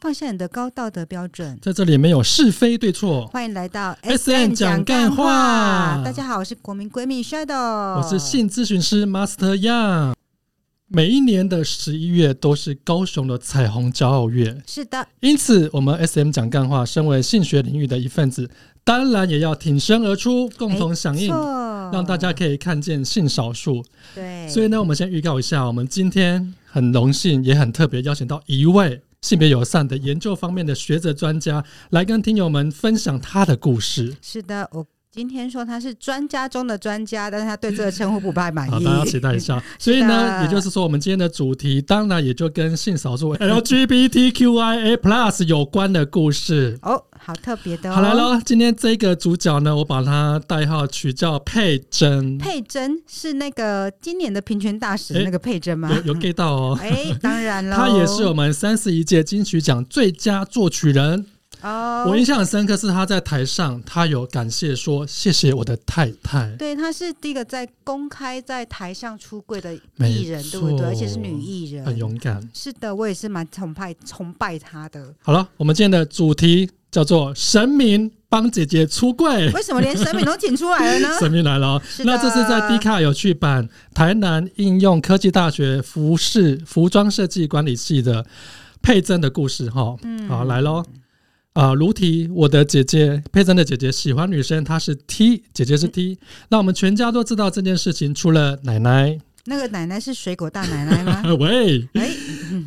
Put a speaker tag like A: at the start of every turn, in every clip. A: 放下你的高道德标准。
B: 在这里没有是非对错。
A: 欢迎来到
B: SM
A: M
B: 哦讲干话
A: 大家好，我是国民闺蜜 Shadow，
B: 我是性咨询师 Master Yang。每一年的十一月都是高雄的彩虹骄傲月，
A: 是的，
B: 因此我们 S M 讲干话，身为性学领域的一份子，当然也要挺身而出，共同响
A: 没，
B: 应
A: 错
B: 让大家可以看见性少数。
A: 对，
B: 所以呢，我们先预告一下，我们今天很荣幸，也很特别邀请到一位性别友善的研究方面的学者专家，来跟听友们分享他的故事。
A: 是的，我今天说他是专家中的专家，但是他对这个称呼不太满
B: 好，
A: 意。
B: 大家期待一下。所以呢，也就是说，我们今天的主题当然也就跟性少数 LGBTQIA Plus 有关的故事。
A: 哦，好特别的、哦。
B: 好来，喽，今天这个主角呢，我把他代号取叫佩珍，
A: 佩珍是那个今年的平权大使的那个佩珍吗？
B: 有有 get 到哦。
A: 哎、当然了，
B: 他也是我们三十一届金曲奖最佳作曲人。
A: 哦，
B: 我印象很深刻是他在台上，他有感谢说：“谢谢我的太太。
A: 对，她是第一个在公开在台上出柜的艺
B: 没
A: 人，对不对？而且是
B: 错
A: 女艺”人，
B: 很勇敢。
A: 是的，我也是蛮崇拜崇拜她的。
B: 好了，我们今天的主题叫做“神明帮姐姐出柜”。
A: 为什么连神明都请出来了 呢？
B: 神秘来了哦
A: 啊是！的
B: 那这次在 D 卡有趣版，台南应用科技大学服饰服装设计管理系的佩珍的故事哈、
A: 嗯
B: 好来喽。啊、如题，我的姐姐佩珍的姐姐喜欢女生，她是 T，姐姐是 T、那我们全家都知道这件事情，除了奶奶。
A: 那个奶奶是水果大奶奶吗？
B: 呃喂，
A: 哎、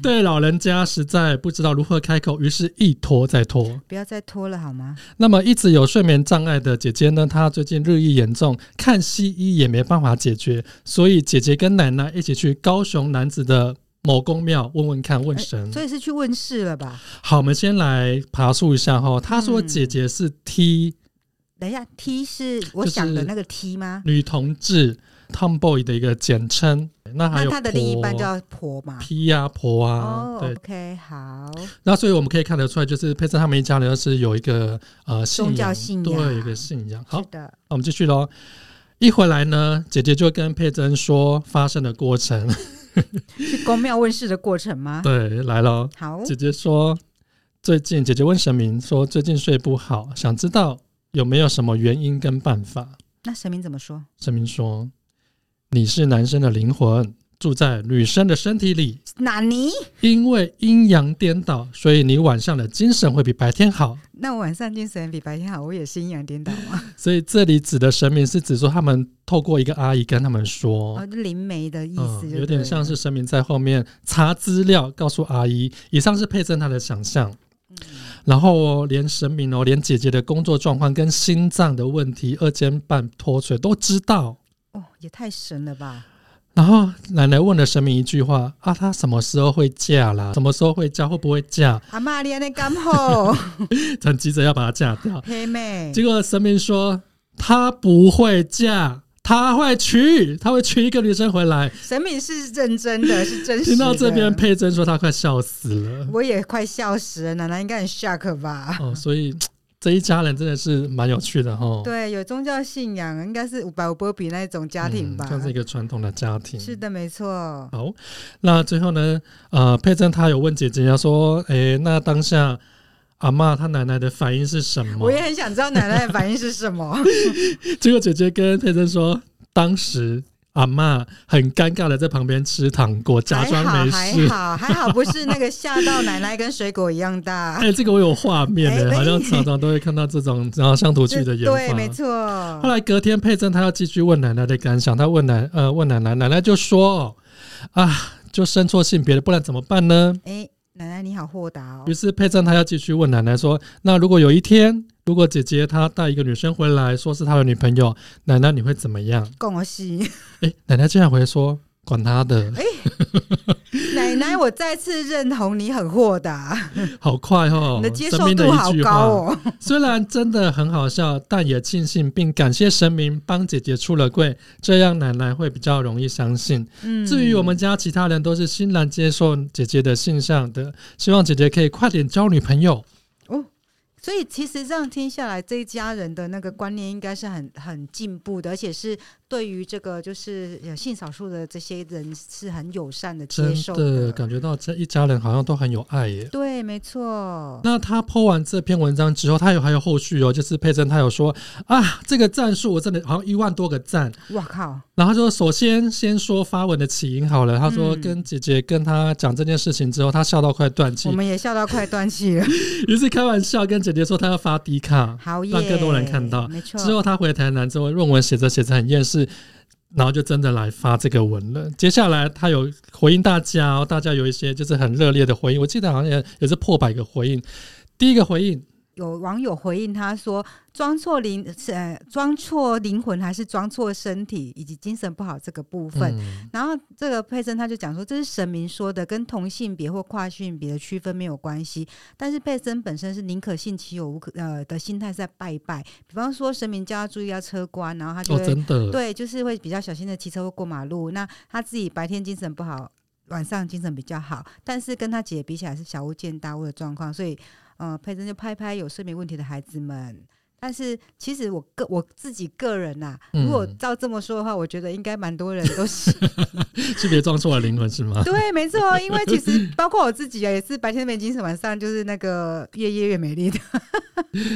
B: 对老人家实在不知道如何开口，于是一拖再拖。
A: 不要再拖了好吗？
B: 那么一直有睡眠障碍的姐姐呢，她最近日益严重，看西医也没办法解决，所以姐姐跟奶奶一起去高雄男子的某公庙问问看，问神。
A: 所以是去问世了吧？
B: 好，我们先来爬树一下哈。她说
A: 嗯
B: 姐姐是 T
A: 等一下，T 是我
B: 就是
A: 想的那个 T 吗？
B: 女同志 Tomboy 的一个简称，那还
A: 那
B: 有
A: 她的另一半
B: 婆
A: 叫婆嘛？
B: P 呀、婆啊，
A: 哦
B: 对。
A: ，OK，好，
B: 那所以我们可以看得出来，就是佩森他们一家人是有一个呃信
A: 宗
B: 仰，
A: 教信仰
B: 对，有一个信仰。好
A: 是，的，
B: 那我们继续喽。一回来呢，姐姐就跟佩珍说发生的过程。
A: 是公庙问世的过程吗？
B: 对，来喽。
A: 好，
B: 姐姐说，最近姐姐问神明说最近睡不好，想知道有没有什么原因跟办法。
A: 那神明怎么说？
B: 神明说，你是男生的灵魂，住在女生的身体里，
A: 纳尼？
B: 因为阴阳颠倒，所以你晚上的精神会比白天好。
A: 那我晚上精神比白天好，我也是阴阳颠倒啊嘛。
B: 所以这里指的神明是指说他们透过一个阿姨跟他们说，
A: 哦，就灵媒的意思就
B: 嗯，
A: 对了、
B: 有点像是神明在后面查资料，告诉阿姨。以上是佩珍她的想象。
A: 嗯
B: 然后哦，连神明哦，连姐姐的工作状况跟心脏的问题、二尖瓣脱垂都知道。
A: 哦，也太神了吧！
B: 然后奶奶问了神明一句话：啊，她什么时候会嫁啦？什么时候会嫁？会不会嫁？
A: 阿玛你安尼干 吼，
B: 很急着要把她嫁掉。
A: 黑妹，
B: 结果神明说她不会嫁，她会娶，她会娶一个女生回来。
A: 神明是认真的，是真实的。
B: 听到这边，佩珍说她快笑死了。
A: 我也快笑死了，奶奶应该很 shock 吧？
B: 哦，所以这一家人真的是蛮有趣的哈。
A: 对，有宗教信仰，应该是五百五波比那一种家庭吧？
B: 嗯算是一个嗯传统的家庭。
A: 是的，没错。
B: 好，那最后呢，呃，佩珍她有问姐姐要说，诶，那当下阿嬷她奶奶的反应是什么
A: 我？也很想知道奶奶的反应是什么。
B: 结果姐姐跟佩珍说，当时。阿嬷很尴尬的在旁边吃糖果， 假
A: 还
B: 装
A: 好，
B: 没
A: 还
B: 事。
A: 好，还好不是那个吓到奶奶跟水果一样 大。
B: 哎、这个我有画面的、
A: 哎
B: 好像常常都会看到这种然后乡土剧的演法。
A: 对，没错。
B: 后来隔天，佩珍她要继续问奶奶的感想，她问奶呃问奶奶，奶奶就说：“啊，就生错性别了，不然怎么办呢
A: 哎，奶奶你好豁达哦
B: 于。是佩珍她要继续问奶奶说：“那如果有一天，如果姐姐她带一个女生回来，说是她的女朋友，奶奶你会怎么样
A: 共我戏，？”
B: 诶，奶奶竟然回说：“管她的，
A: 奶奶，我再次认同你很豁达，
B: 好快哦！”
A: 你的接
B: 神
A: 受
B: 明的
A: 度好
B: 一句
A: 高
B: 话，
A: 哦。
B: 虽然真的很好笑，但也庆幸并感谢神明帮姐姐出了柜，这样奶奶会比较容易相信。
A: 嗯
B: 至于我们家其他人都是欣然接受姐姐的性向的，希望姐姐可以快点交女朋友。
A: 哦，所以其实这样听下来，这一家人的那个观念应该是很很进步的，而且是对于这个就是呃性少数的这些人是很友善的接
B: 真
A: 受
B: 的感觉到这一家人好像都很有爱耶。
A: 对，没错。
B: 那他 Po 完这篇文章之后，他有还有后续哦，就是佩珍他有说啊，这个赞数我真的好像一万多个赞，
A: 哇靠，
B: 然后就首先先说发文的起因好了，他说
A: 嗯
B: 跟姐姐跟他讲这件事情之后，他笑到快断气
A: 我，们也笑到快断气了。
B: 于是开玩笑跟姐姐说他要发低卡，
A: 好耶，
B: 让更多人看到
A: 没错。
B: 之后他回台南之后，论文写着写着很厌世，然后就真的来发这个文了。接下来他有回应大家、哦，大家有一些就是很热烈的回应，我记得好像也也是破百个回应。第一个回应，
A: 有网友回应他说：“装错灵呃，装错灵魂还是装错身体，以及精神不好这个部分。
B: 嗯，
A: 然后这个佩森他就讲说，这是神明说的，跟同性别或跨性别的区分没有关系。但是佩森本身是宁可信其有，无可呃的心态在拜拜。比方说神明叫他注意要车关，然后他就
B: 哦，
A: 会、
B: 真的，
A: 对，就是会比较小心的骑车或过马路。那他自己白天精神不好，晚上精神比较好，但是跟他姐比起来是小巫见大巫的状况，所以呃，佩珍就拍拍有睡眠问题的孩子们。但是其实我个我自己个人呐、如果
B: 嗯
A: 照这么说的话，我觉得应该蛮多人都 是
B: 是别装错了灵魂是 吗？
A: 对，没错，因为其实包括我自己啊，也是白天没精神，晚上就是那个越夜越美丽的。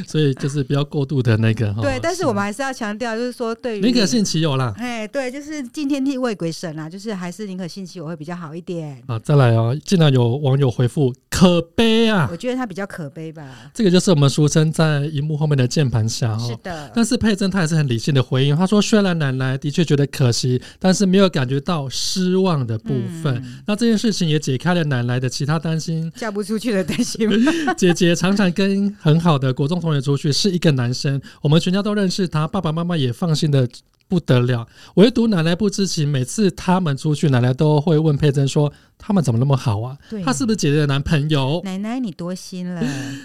B: 所以就是不要过度的那个哈。
A: 对，但是我们还是要强调，就是说对于
B: 宁可信其有啦。
A: 哎，对，就是敬天地畏鬼神啊，就是还是宁可信其我会比较好一点。
B: 好，再来哦，竟然有网友回复可悲啊
A: 我，觉得他比较可悲吧。
B: 这个就是我们俗称在荧幕后面的键盘侠
A: 是
B: 哦。
A: 的，
B: 但是佩珍她还是很理性的回应，她说：“虽然奶奶的确觉得可惜，但是没有感觉到失望的部分。
A: 嗯。
B: 那这件事情也解开了奶奶的其他担心
A: 嫁不出去的担 心。
B: 姐姐常常跟很好的国中同学出去，是一个男生，我们全家都认识他，爸爸妈妈也放心的不得了。唯独奶奶不知情，每次他们出去，奶奶都会问佩珍说：他们怎么那么好啊？
A: 对，
B: 他是不是嗯姐姐的男朋友？
A: 奶奶你多心了，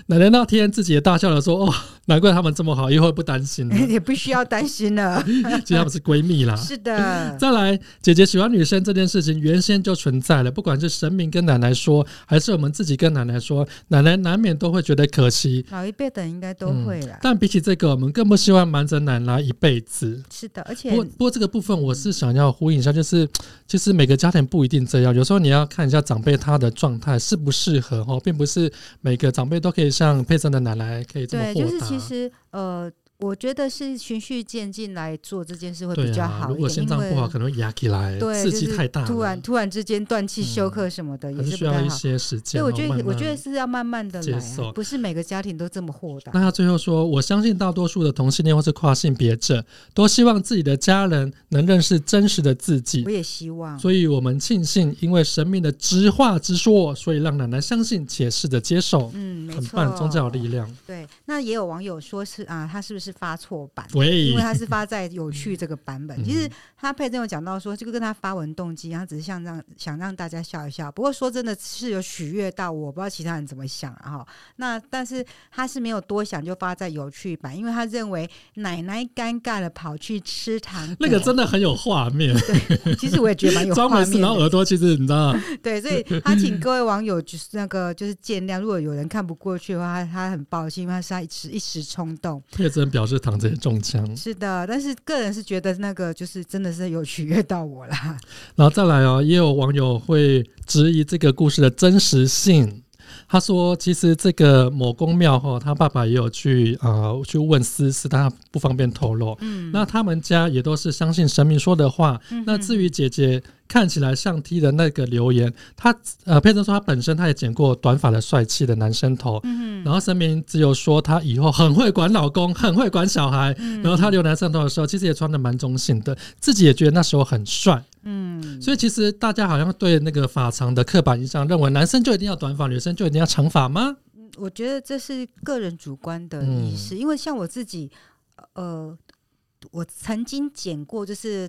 B: 奶奶那天自己也大笑了，说：哦，难怪他们这么好，以后不担 心了。
A: 也不需要担心了。
B: 其实他们是闺蜜啦。”
A: 是的，
B: 再来，姐姐喜欢女生这件事情原先就存在了，不管是神明跟奶奶说，还是我们自己跟奶奶说，奶奶难免都会觉得可惜。
A: 老一辈的人应该都会啦。
B: 嗯但比起这个，我们更不希望瞒着奶奶一辈子。
A: 是的，而且
B: 不过，不过这个部分我是想要呼应一下，就是其实每个家庭不一定这样，有时候你要看一下长辈他的状态适不适合哦，并不是每个长辈都可以像佩珍的奶奶可以这么
A: 对，
B: 豁达。
A: 就是其实呃，我觉得是循序渐进来做这件事会
B: 对
A: 比较
B: 啊
A: 好
B: 如
A: 一
B: 果
A: 点，
B: 心
A: 因
B: 脏不好，
A: 为
B: 可能会压起来，
A: 对
B: 刺激
A: 就是
B: 太大了，
A: 突然突然之间断气休克什么的也
B: 还是
A: 不
B: 需要
A: 太
B: 一
A: 好。
B: 些时
A: 对，
B: 间哦。
A: 我觉得
B: 慢
A: 我觉
B: 慢
A: 得是要慢慢的
B: 接
A: 来
B: 受
A: 啊，不是每个家庭都这么豁达
B: 那。他最后说：“我相信大多数的同性恋或是跨性别者，都希望自己的家人能认识真实的自己
A: 我。也希望，
B: 所以，我们庆幸因为神明的直话直说，所以让奶奶相信且试着接受。
A: 嗯，没
B: 很
A: 错，
B: 棒，宗教力量。
A: 对，那也有网友说是啊，他是不是发错版？
B: 喂
A: 因为，他是发在有趣这个版
B: 嗯
A: 本。其实他佩珍有讲到说，这个跟他发文动机，他只是想让想让大家笑一笑。不过说真的是有取悦到我，不知道其他人怎么想啊。哈那但是他是没有多想就发在有趣版，因为他认为奶奶尴尬的跑去吃糖果，
B: 那个真的很有画面，
A: 其实我也觉得蛮有
B: 专
A: 画
B: 门是
A: 面
B: 然后
A: 的。
B: 耳朵，其实你知道，
A: 对，所以他请各位网友就是那个就是见谅，如果有人看不过去的话，他他很抱歉，因为他是他一时一时冲动。
B: 佩珍表示躺着也中枪。
A: 是的，但是个人是觉得那个就是真的是有取悦到我啦。
B: 然后再来哦，也有网友会质疑这个故事的真实性。他说，其实这个某公庙哈、他爸爸也有去啊、呃去问私事，但他不方便透露。
A: 嗯，
B: 那他们家也都是相信神明说的话。那至于姐姐看起来像 T 的那个留言，她呃佩珍说她本身她也剪过短发的帅气的男生头，
A: 嗯
B: 然后神明只有说她以后很会管老公， 很会管小孩。
A: 嗯
B: 然后她留男生头的时候，其实也穿的蛮中性的，自己也觉得那时候很帅。
A: 嗯，
B: 所以其实大家好像对那个发长的刻板印象，认为男生就一定要短发，女生就一定要长发吗？
A: 我觉得这是个人主观的
B: 嗯
A: 意识，因为像我自己，呃，我曾经剪过，就是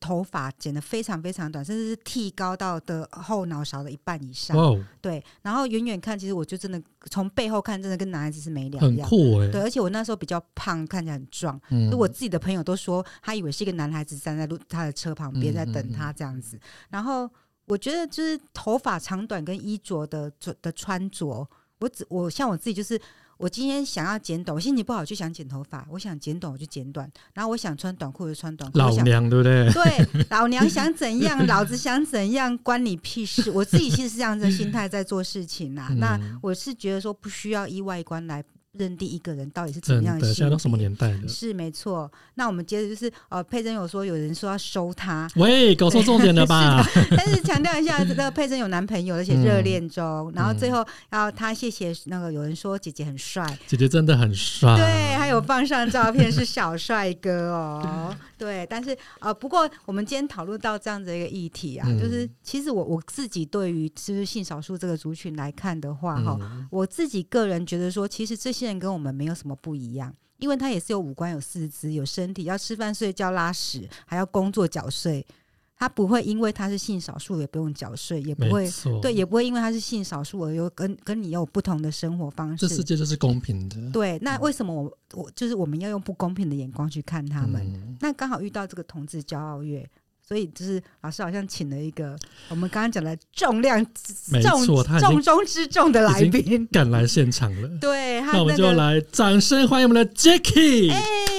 A: 头发剪得非常非常短，甚至是剃高到的后脑勺的一半以上。
B: 哇哦，
A: 对，然后远远看，其实我就真的从背后看，真的跟男孩子是没两
B: 很
A: 样。
B: 酷哎、
A: 对，而且我那时候比较胖，看起来很壮，
B: 嗯
A: 就我自己的朋友都说，他以为是一个男孩子站在路他的车旁边
B: 嗯
A: 在
B: 嗯
A: 等他这样子。然后我觉得就是头发长短跟衣着的着的穿着，我只我像我自己就是。我今天想要剪短，我心情不好就想剪头发，我想剪短我就剪短，然后我想穿短裤就穿短裤，
B: 老
A: 我想
B: 娘对不对？
A: 对，老娘想怎样，老子想怎样，关你屁事！我自己其实是这样子的心态在做事情啦。啊那
B: 嗯
A: 我是觉得说，不需要依外观来认定一个人到底是怎
B: 真
A: 么样
B: 的，现
A: 性
B: 在
A: 别
B: 都什么年代了？
A: 是没错。那我们接着就是，呃，佩珍有说有人说要收她，
B: 喂，搞错重点了吧？
A: 但 是强调一下，这个佩珍有男朋友，而且
B: 嗯
A: 热恋中。然后最后要她谢谢那个有人说姐姐很帅，
B: 姐姐真的很帅，
A: 对，啊还有放上照片是小帅哥哦。对，但是呃，不过我们今天讨论到这样的一个议题啊，
B: 嗯
A: 就是其实我我自己对于就是性少数这个族群来看的话，哈、
B: 嗯
A: 我自己个人觉得说，其实这些人跟我们没有什么不一样。因为他也是有五官、有四肢、有身体，要吃饭、睡觉、拉屎，还要工作、缴税。他不会因为他是性少数也不用缴税，也不
B: 没
A: 会
B: 错，
A: 对，也不会因为他是性少数而有跟跟你有不同的生活方式。
B: 这世界就是嗯公平的，
A: 对，那为什么我我就是我们要用不公平的眼光去看他们？
B: 嗯
A: 那刚好遇到这个同志骄傲月，所以就是老师好像请了一个我们刚刚讲的重量
B: 没
A: 重
B: 错他已经
A: 重中之重的来
B: 已经
A: 宾，
B: 赶来现场了。
A: 对，他
B: 那我们就
A: 个
B: 来掌声欢迎我们的 Jacky。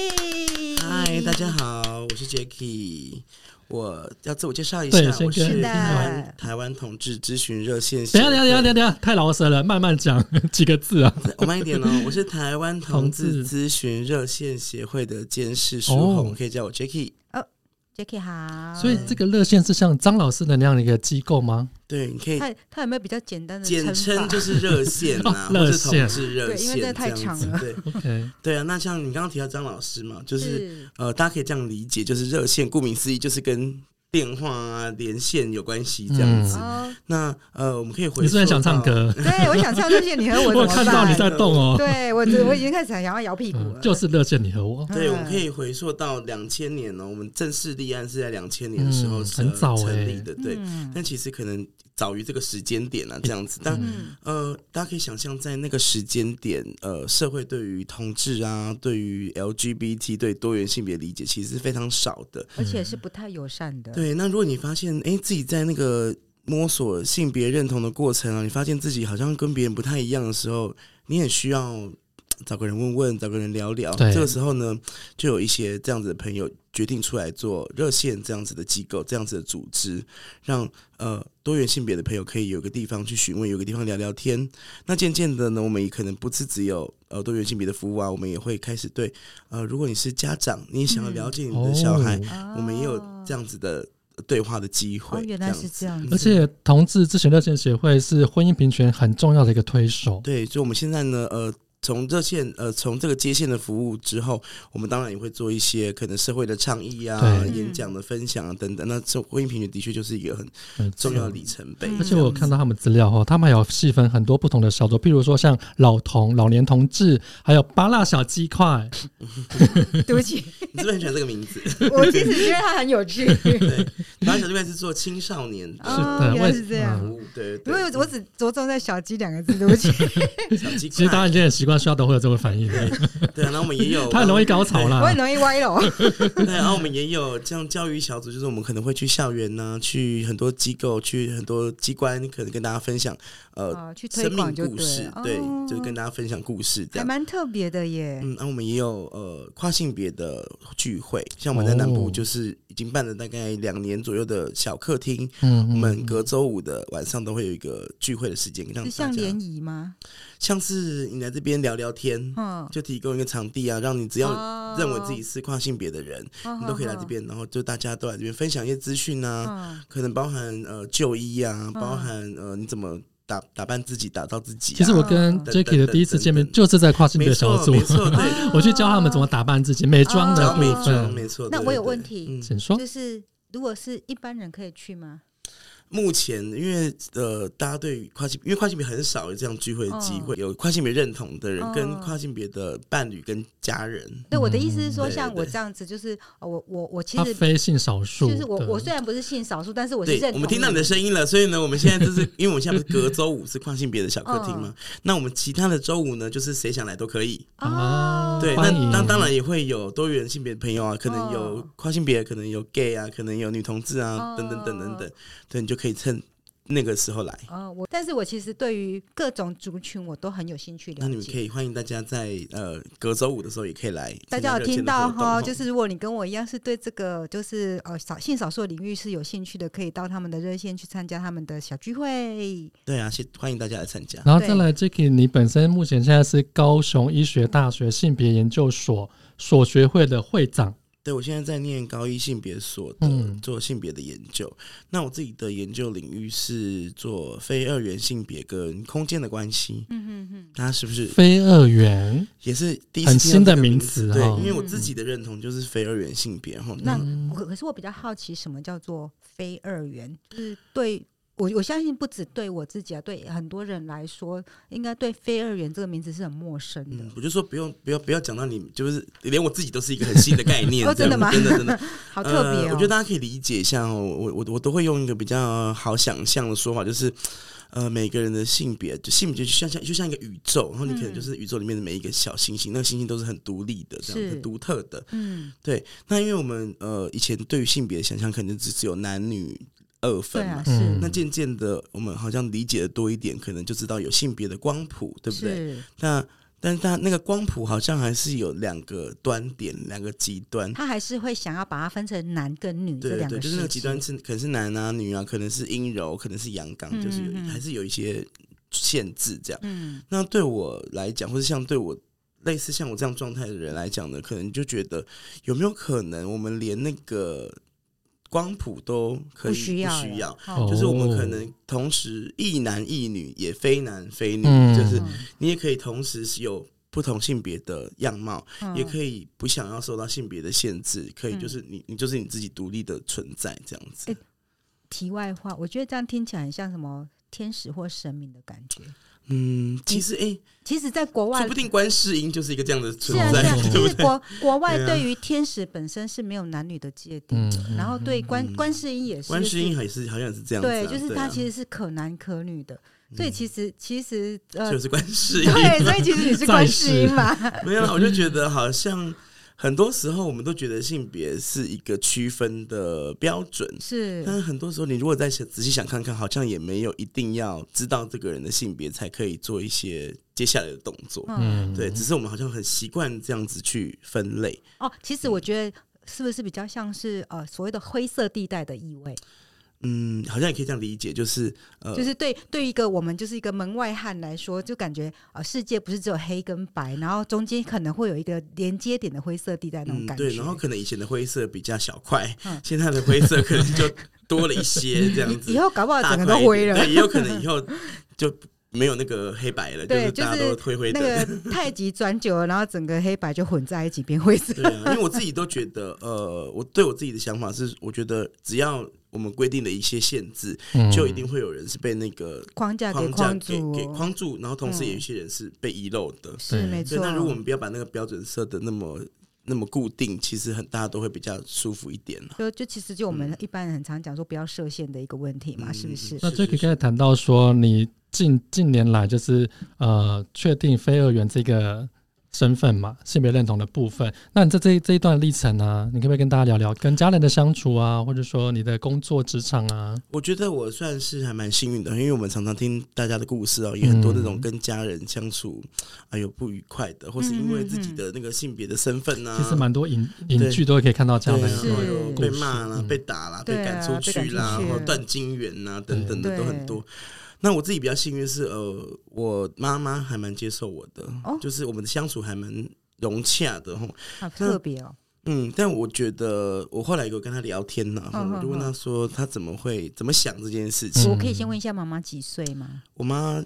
A: 哎，
C: 嗨，大家好，我是 Jacky。我要自我介绍一
B: 对
C: 下，
B: 先
C: 我
B: 跟
C: 是
A: 是的
C: 台湾台湾同志咨询热线协
B: 等一
C: 会。
B: 下，等一下，等一下，等一下，太老舌了，慢慢讲 几个字啊。
C: 我慢一点哦，我是台湾同志
B: 同
C: 咨询热线协会的监事书
B: 哦
C: 红，可以叫我 Jacky。
A: Jacky 好，
B: 所以这个热线是像张老师的那样的一个机构吗？
C: 对，你可以
A: 他他有没有比较简单的
C: 简
A: 法
C: 称就是热线啊，
B: 哦
C: 或
B: 热
C: 是
B: 线
C: 同志热
A: 对因
C: 线
A: 为
C: 这
A: 这太
C: 样
A: 长
C: 子
A: 了。
C: 对
B: OK，
C: 对啊，那像你刚刚提到张老师嘛，就是
A: 是
C: 呃，大家可以这样理解，就是热线，顾名思义就是跟电话啊连线有关系这样子。
A: 哦，
C: 那呃，我们可以
B: 嗯
C: 回。
B: 你是不是很想唱？歌？
A: 对，我想唱这些，你和我
B: 我
A: 怎
B: 有
A: 么
B: 看到你
A: 办？
B: 在动哦。
A: 对我只我已经开始想要摇屁股
B: 嗯
A: 了，
B: 就是热线你和我，
C: 对，
A: 嗯
C: 我们可以回溯到两千年哦，我们正式立案是在两千年的时候
B: 嗯
C: 成、
B: 很早欸
C: 成立的，对。
A: 嗯
C: 但其实可能早于这个时间点啊，这样子。但、
A: 嗯
C: 呃，大家可以想象，在那个时间点，呃，社会对于同志啊，对于 LGBT 对多元性别理解其实是非常少的。
A: 而且是不太友善的，
C: 对，那如果你发现，哎、自己在那个摸索性别认同的过程啊，你发现自己好像跟别人不太一样的时候，你很需要嘖找个人问问，找个人聊聊。
B: 对
C: 这个时候呢，就有一些这样子的朋友决定出来做热线这样子的机构，这样子的组织，让呃多元性别的朋友可以有个地方去询问，有个地方聊聊天。那渐渐的呢，我们也可能不是只有呃多元性别的服务啊，我们也会开始对呃，如果你是家长，你也想要了解你的小孩。
A: 哦，
C: 我们也有这样子的呃对话的机会。
A: 哦，原来是这
C: 样
A: 样
C: 子。
A: 子，
B: 而且同志咨询热线协会是婚姻平权很重要的一个推手。
C: 对，所以我们现在呢，呃，从热线，呃，从这个接线的服务之后，我们当然也会做一些可能社会的倡议啊、
B: 对
C: 演讲的分享啊等等。那这婚姻平权的确就是一个很
B: 没错
C: 重要的里程碑。
A: 嗯
B: 嗯而且我有看到他们资料哦，他们还有细分很多不同的小组，譬如说像老童、老年同志，还有巴辣小鸡块。
A: 对不 起，
C: 你是不是很喜欢这个名字？
A: 我其实觉得他很有趣。
C: 对，然后小这边是做青少年的
A: 哦
B: 是的，
A: 原来
B: 为
A: 是这样
B: 嗯
C: 服务，对
A: 因为
C: 对，
A: 我只着重在“小鸡”两个字，对不起。
C: 小鸡
B: 其实大家
C: 块
B: 已经很习惯，需要都会有这个反应。
C: 对啊，然后我们也有，呃
B: 他很容易高潮
A: 我
B: 啦
A: 很。容易歪楼。
C: 对，啊然后我们也有这样教育小组，就是我们可能会去校园呐、去很多机构，去很多机关，可能跟大家分享呃、
A: 哦，去推
C: 生
A: 广
C: 命
A: 就
C: 故
A: 对
C: 事
A: 了，，
C: 对，
A: 哦
C: 就跟大家分享故事这
A: 还
C: 样。
A: 蛮特别的耶。
C: 嗯，那、我们也有呃跨性别的聚会，像我们在南
B: 哦
C: 部就是已经办了大概两年左右的小客厅，
B: 嗯，
C: 我
B: 嗯
C: 们隔周五的晚上都会有一个聚会的时间，让
A: 是
C: 大
A: 像
C: 家
A: 联谊吗？
C: 像是你来这边聊聊天，
A: 嗯，
C: 就提供一个场地啊，让你只要
A: 要
C: 认为自己是跨性别的人，
A: 哦
C: 你都可以来这边，然后就大家都来这边分享一些资讯啊，
A: 嗯。
C: 可能包含呃就医啊，
A: 嗯
C: 包含呃你怎么打打扮自己，打造自己、啊。
B: 其实我跟
A: 啊
B: Jacky 的第一次见面
C: 等等等等
B: 就是在跨性别
C: 没
B: 小
C: 错
B: 组，
C: 没 错，对，
B: 我去教他们怎么打扮自己，美妆
C: 只
B: 的
C: 要
A: 教
B: 部
C: 美妆，
B: 分。
C: 没错。
A: 哦那
C: 对
A: 我有
C: 对
A: 问题
C: 嗯
B: 请说，
A: 就是如果是一般人可以去吗？
C: 目前因为呃，大家对于跨性，因为跨性别很少有这样聚会的机会，有跨性别认同的人
A: 哦
C: 跟跨性别的伴侣跟家人，
A: 对，我的意思是说，
C: 嗯对
A: 像
C: 对
A: 我这样子，就是呃我我我其
B: 他
A: 实
B: 非性少数
A: 就
B: 的，
A: 是我我虽然不是性少数，但是我是
C: 对
A: 认，
C: 我
A: 同
C: 们听到你的声音了，所以呢，我们现在就是因为我们现在不是隔周五是跨性别的小客厅嘛，那我们其他的周五呢，就是谁想来都可以。
A: 哦，
C: 对，那
B: 啊欢迎
C: 那当然也会有多元性别的朋友啊，可能有
A: 哦
C: 跨性别，可能有 gay 啊，可能有女同志啊，
A: 哦
C: 等等等等等，对你就可以趁那个时候来。
A: 呃，我但是我其实对于各种族群我都很有兴趣
C: 那你
A: 了
C: 们可
A: 解。
C: 以欢迎大家在呃隔周五的时候也可以来
A: 大
C: 参加
A: 家
C: 热
A: 有
C: 线
A: 听
C: 的
A: 到
C: 活动
A: 哈，就是如果你跟我一样是对这个就是呃少性少数的领域是有兴趣的，可以到他们的热线去参加他们的小聚会。
C: 对啊，是欢迎大家来参加。
B: 然后
A: 对
B: 再来，Jacky，你本身目前现在是高雄医学大学性别研究所所学会的会长，
C: 对，我现在在念高一性别所的、
B: 嗯
C: 做性别的研究。那我自己的研究领域是做非二元性别跟空间的关系。嗯嗯嗯，那是不是
B: 非二元。
C: 也是第一次
B: 很
C: 听
B: 新
C: 到
B: 的
C: 这个
B: 名
C: 名
B: 词
C: 对
B: 哈，
C: 因为我自己的认同就是非二元性别哈。
A: 嗯那我可是我比较好奇，什么叫做非二元？就是对我我相信不止对我自己啊，对很多人来说，应该对非二元这个名字是很陌生的。
C: 嗯，我就说不用不要不要讲到你，就是连我自己都是一个很新的概念，
A: 哦真的
C: 这样
A: 吗
C: 真的真的，
A: 好特别哦、
C: 呃。我觉得大家可以理解一下哦，我我我都会用一个比较好想象的说法，就是。呃，每个人的性别，就性别就像像就像一个宇宙，然后你可
A: 嗯
C: 能就是宇宙里面的每一个小星星，那个星星都是很独立的，这
A: 是
C: 样很独特的。
A: 嗯，
C: 对，那因为我们呃以前对于性别的想象，可能只只有男女二
A: 对
C: 分嘛
A: 啊，，是、
B: 嗯
C: 那渐渐的，我们好像理解的多一点，可能就知道有性别的光谱，对不嗯对？
A: 是，
C: 那但是它那个光谱好像还是有两个端点，两个极端。
A: 他还是会想要把它分成男跟女这
C: 对
A: 两
C: 对，
A: 个
C: 就是那
A: 事
C: 个极端
A: 情。
C: 是可能是男啊女啊，可能是阴柔，可能是阳刚，就是有
A: 嗯嗯嗯
C: 还是有一些限制这样。
A: 嗯，
C: 那对我来讲，或是像对我类似像我这样状态的人来讲呢，可能就觉得有没有可能我们连那个光谱都可以
A: 不需要
C: 不需
A: 了
C: 要，
A: 哦
C: 就是我们
B: 哦
C: 可能同时一男一女，也非男非女，
B: 嗯
C: 就是
A: 嗯
C: 你也可以同时是有不同性别的样貌，
A: 嗯
C: 也可以不想要受到性别的限制，可以
A: 嗯
C: 就是你你就是你自己独立的存在这样子
A: 诶。题外话，我觉得这样听起来很像什么天使或神明的感觉。
C: 嗯，其实哎，
A: 其实，在国
C: 说
A: 外
C: 不，定观世音就是一个这样的
A: 是
C: 存
A: 啊是
C: 在
A: 啊，，
C: 对
A: 就
C: 不
A: 是
C: 对？
A: 国国外
C: 对啊
A: 对于天使本身是没有男女的界定的，
B: 嗯
A: 然后对观
C: 嗯
A: 观世音也是，
C: 观世音
A: 就是
C: 还是好像是这样子啊，
A: 对，就是他其
C: 实
A: 实是可男可女的，所以其实其实呃
C: 就，是观世 音，
A: 对，所以其实你是观世音嘛，
C: 没有啦，我就觉得好像。很多时候，我们都觉得性别是一个区分的标准，
A: 是
C: 但是很多时候，你如果再想仔细想看看，好像也没有一定要知道这个人的性别才可以做一些接下来的动作。
A: 嗯
C: 对，只是我们好像很习惯这样子去分类。
A: 哦，其实我觉得。是不是比较像是呃所谓的灰色地带的意味？
C: 嗯，好像也可以这样理解，就是呃，
A: 就是对对一个我们就是一个门外汉来说，就感觉呃世界不是只有黑跟白，然后中间可能会有一个连接点的灰色地带那种
C: 嗯，
A: 感觉。
C: 对，然后可能以前的灰色比较小块，
A: 嗯
C: 现在的灰色可能就多了一些这样 子
A: 以，后搞不好
C: 大
A: 整
C: 块
A: 个都
C: 一点
A: 灰了。
C: 对，也有可能以后就没有那个黑白 了，
A: 对
C: 是大家
A: 就是
C: 都灰灰 的。
A: 那个太极转久了，然后整个黑白就混在一起变灰色。
C: 对啊，因为我自己都觉得，呃，我对我自己的想法是，我觉得只要我们规定的一些限制，
B: 嗯
C: 就一定会有人是被那个
A: 框架给
C: 框架
A: 框
C: 给
A: 住
C: 给
A: 哦，
C: 框住，然后同时也有
A: 嗯
C: 一些人是被遗漏的。
A: 是
B: 对
A: 没
C: 对，
A: 错。
C: 那如果我们不要把那个标准设的那么那么固定，其实很大家都会比较舒服一点啊了。
A: 就就其实就我们一般人很常讲说不要设限的一个问题嘛，
C: 嗯
A: 是不是？啊
B: 那
C: 是
B: j a
C: 是
B: c 刚才谈到说，你近近年来就是呃，确定非二元这个身份嘛，性别认同的部分。那你在这一这一段历程啊，你可不可以跟大家聊聊跟家人的相处啊，或者说你的工作职场啊？
C: 我觉得我算是还蛮幸运的，因为我们常常听大家的故事哦，也很多那种跟家人相处，哎呦不愉快的，或是因为自己的那个性别的身份
B: 嗯
C: 啊，
B: 其实蛮多影影
C: 对
B: 剧都可以看到这样
C: 对
B: 的
C: 啊，
B: 一
A: 是
B: 个。
C: 有被骂啦、
B: 嗯
C: 被打啦、
A: 对
C: 被
A: 啊
C: 赶出去啦，
A: 被赶出去
C: 或断金源呐等等的
A: 对
C: 都很多。那我自己比较幸运是，呃，我妈妈还蛮接受我的，
A: 哦
C: 就是我们的相处还蛮融洽的吼。
A: 好特别哦，
C: 嗯，但我觉得我后来有跟她聊天呐，
A: 嗯
C: 吼我就问她说她怎么会怎么想这件事
B: 嗯
C: 情。
A: 我可以先问一下妈妈几岁吗？
C: 我妈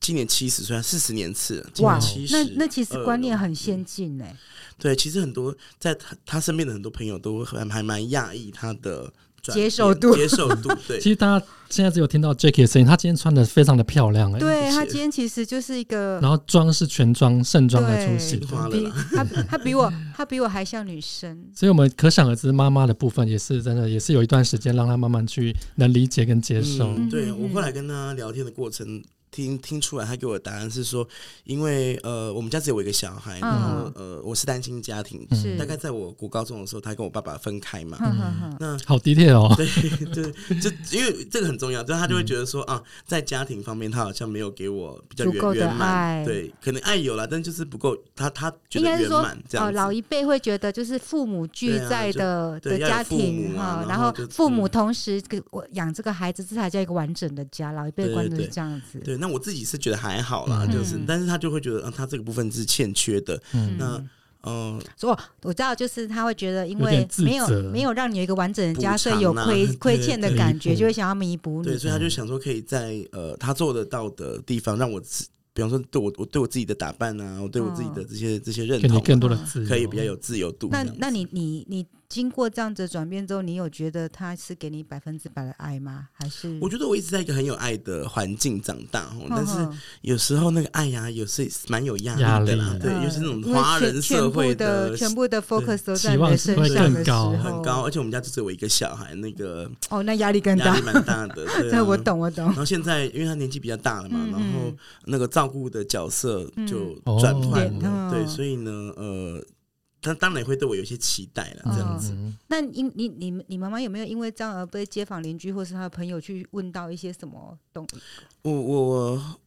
C: 今年七十岁，四十年次了，今
A: 哇
C: 年七，十
A: 那。那其实观念
C: 二了
A: 很先进哎，
C: 对，其实很多在她她身边的很多朋友都还还蛮讶异她的
A: 接
C: 转变
A: 受度
C: 接受度， 对
B: 其，实大家现在只有听到 Jackie 的声音，她今天穿的非常的漂亮哎、
A: 对
C: 是
A: 她今天其实就是一个
B: 然后妆是全妆盛装来出
A: 对
B: 席
C: 新花了
A: 比
C: 啦。
A: 她她比我她比我还像女生，
B: 所以我们可想而知，妈妈的部分也是真的，也是有一段时间让她慢慢去能理解跟接受。
C: 嗯、对
A: 嗯嗯
C: 我后来跟他聊天的过程，听听出来，他给我的答案是说，因为呃，我们家只有我一个小孩，
A: 嗯
C: 然后呃，我是单亲家庭，
B: 嗯
A: 是
C: 大概嗯在我国高中的时候，他跟我爸爸分开嘛。
A: 哼哼哼
C: 那
B: 好 detail 哦，
C: 对，对，就
A: 嗯
C: 因为这个很重要，就是他就会觉得说、啊，在家庭方面他好像没有给我比较
A: 足够
C: 圆
A: 的
C: 圆满，
A: 爱
C: 对，可能爱有了，但就是不够，他他觉
A: 应
C: 得
A: 该是
C: 圆
A: 说
C: 满这
A: 哦，
C: 样子。
A: 老一辈会觉得就是父母聚
C: 对啊
A: 在
C: 就
A: 的、
C: 对
A: 的
C: 要有
A: 家
C: 父
A: 庭
C: 母啊
A: 哈，
C: 然
A: 然后
C: 后就
A: 父母
C: 嗯
A: 同时给我养这个孩子，这才叫一个完整的家。老一辈
C: 对
A: 观
C: 对
A: 念是
C: 对
A: 这样子，
C: 对，那我自己是觉得还好啦，
B: 嗯
C: 就是
A: 嗯，
C: 但是他就会觉得，啊，他这个部分是欠缺的。
B: 嗯
C: 那
A: 嗯
C: 嗯、
A: 所以我我知道，就是他会觉得，因
B: 有点
A: 为
B: 自
A: 没有
B: 责
A: 没有让你有一个完整的
C: 补
A: 家，所以有
C: 偿啊
A: 亏
C: 对
A: 亏欠的
B: 对
A: 感
B: 弥
A: 觉，
B: 补
A: 就会想要弥补
C: 对，
A: 你。
C: 所以他就想说，可以在呃他做得到的地方，让我自，比方说对我我对我自己的打扮啊，我对我自己
A: 哦
C: 的这些、这些认
B: 给你
C: 同
B: 更
C: 啊，
B: 多的自由，
C: 可以比较有自由度这
A: 那
C: 样子。
A: 那你你你经过这样子的转变之后，你有觉得他是给你百分之百的爱吗？还是
C: 我觉得我一直在一个很有爱的环境长大哦，但是
A: 嗯哼
C: 有时候那个爱呀、有时蛮有压
B: 压
C: 力的啦
B: 力，
C: 对，
A: 嗯
C: 尤其是那种
A: 因为
C: 华
A: 全
C: 人
A: 全
C: 社
A: 部
C: 会
A: 的全部的 focus 都在
B: 期
A: 你
B: 望
A: 的
B: 值
A: 身
B: 会
A: 上
B: 更
A: 的时
B: 高
A: 候，
C: 很高，而且我们家就只有我一个小孩，那个
A: 哦，那压力更
C: 压
A: 大
C: 力。蛮大 的。对、
A: 这
C: 啊，
A: 我。懂，我懂
C: 然。后现在，因为他年纪比较大了嘛，
A: 嗯
C: 然后
A: 嗯
C: 那个照顾的角色就
B: 嗯
C: 转
B: 哦
C: 换
A: 也嗯
C: 了，对，所以呢，呃，他当然也会对我有一些期待了，这样子。
B: 嗯
A: 那因你你们你妈妈有没有因为这样而被街坊邻居或是她的朋友去问到一些什么东西？
C: 我我我，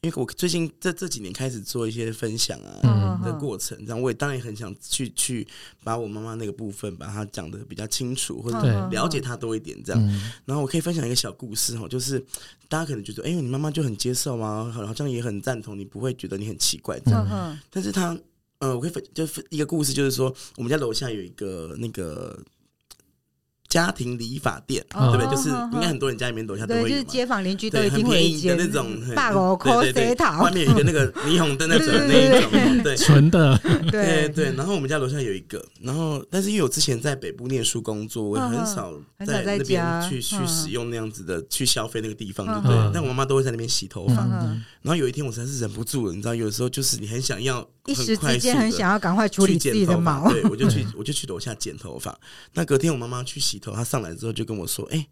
C: 因为我最近这这几年开始做一些分享啊，
B: 嗯
C: 的过程，然后我也当然也很想去去把我妈妈那个部分把它讲的比较清楚，
A: 嗯
C: 或者
B: 对
C: 了解她多一点这样。
B: 嗯
C: 然后我可以分享一个小故事哦，就是大家可能觉得，哎、呦，你妈妈就很接受啊，好好像也很赞同，你不会觉得你很奇怪这样。
A: 嗯哼
C: 但是她，呃，我可以分就分一个故事，就是说我们家楼下有一个那个家庭理发店。
B: 嗯
C: 对不对？就是
A: 嗯嗯嗯
C: 应该很多人家里面楼下都
A: 对，
C: 会
A: 就
C: 有
A: 是
C: 嘛
A: 街坊邻居都
C: 对，
A: 一
C: 很
A: 定
C: 便
A: 会一
C: 宜
A: 间
C: 的那种，很
A: 大楼口
C: 对对
A: 水
C: 对
A: 桃
C: 外， 面有一个那个霓虹灯在转那一种，对，
B: 纯的，
C: 对
A: 对，
C: 对，然后我们家楼下有一个，然后但是因为我之前在北部念书工作，我
A: 嗯
C: 很
A: 嗯
C: 少
A: 很
C: 在
A: 少在
C: 那边
A: 家
C: 去去
A: 嗯
C: 使用那样子的去消费那个地方，
A: 嗯
C: 对不
B: 嗯
C: 对？但我妈妈都会在那边洗头发，
A: 嗯哼
C: 然后有一天我实在是忍不住了，你知道，有时候就是你很想要
A: 一
C: 很
A: 时
C: 快
A: 之间
C: 速
A: 很
C: 地
A: 想要赶快处理
C: 去
A: 自
C: 剪
A: 己的
C: 头发
A: 毛。
C: 对我就 去我就去楼下剪头发。那隔天我妈妈去洗头，她上来之后就跟我说：“哎、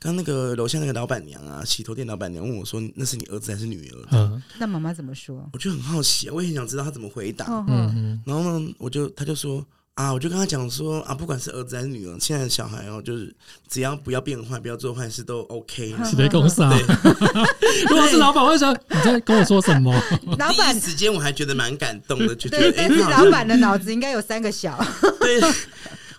C: 刚那个楼下那个老板娘啊，洗头店老板娘问我说，那是你儿子还是女儿？”
B: 嗯
A: 那妈妈怎么说？
C: 我就很好奇，啊我也很想知道她怎么回答。
A: 嗯哼
B: 嗯
C: 然后呢，我就他就说啊，我就跟他讲说啊，不管是儿子还是女儿，现在的小孩哦，就是只要不要变坏，不要做坏事都 OK 啦。
B: 嗯，是在公司啊。 如果是老板，我会想你在跟我说什么？
A: 嗯老板
C: 第一时间我还觉得蛮感动的，就觉
A: 对
C: 得，哎，
A: 但是
C: 他好像
A: 老板的脑子应该有三个小。
C: 对。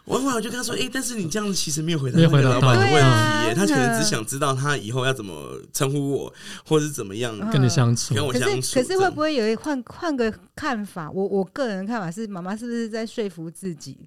C: 我后来我就跟他说：“哎、但是你这样其实没有回答
B: 没有
C: 那
B: 回
C: 个
B: 答
C: 老板的
A: 到
C: 问题
A: 对啊
C: 耶、他可能
A: 真的
C: 只想知道他以后要怎么称呼我，或是怎么样
A: 嗯
B: 跟你相处，
C: 跟我
A: 可
C: 相
A: 是
C: 处。
A: 可是
C: 这
A: 会
C: 样
A: 不会有一换换个看法？我我个人的看法是，妈妈是不是在说服自己？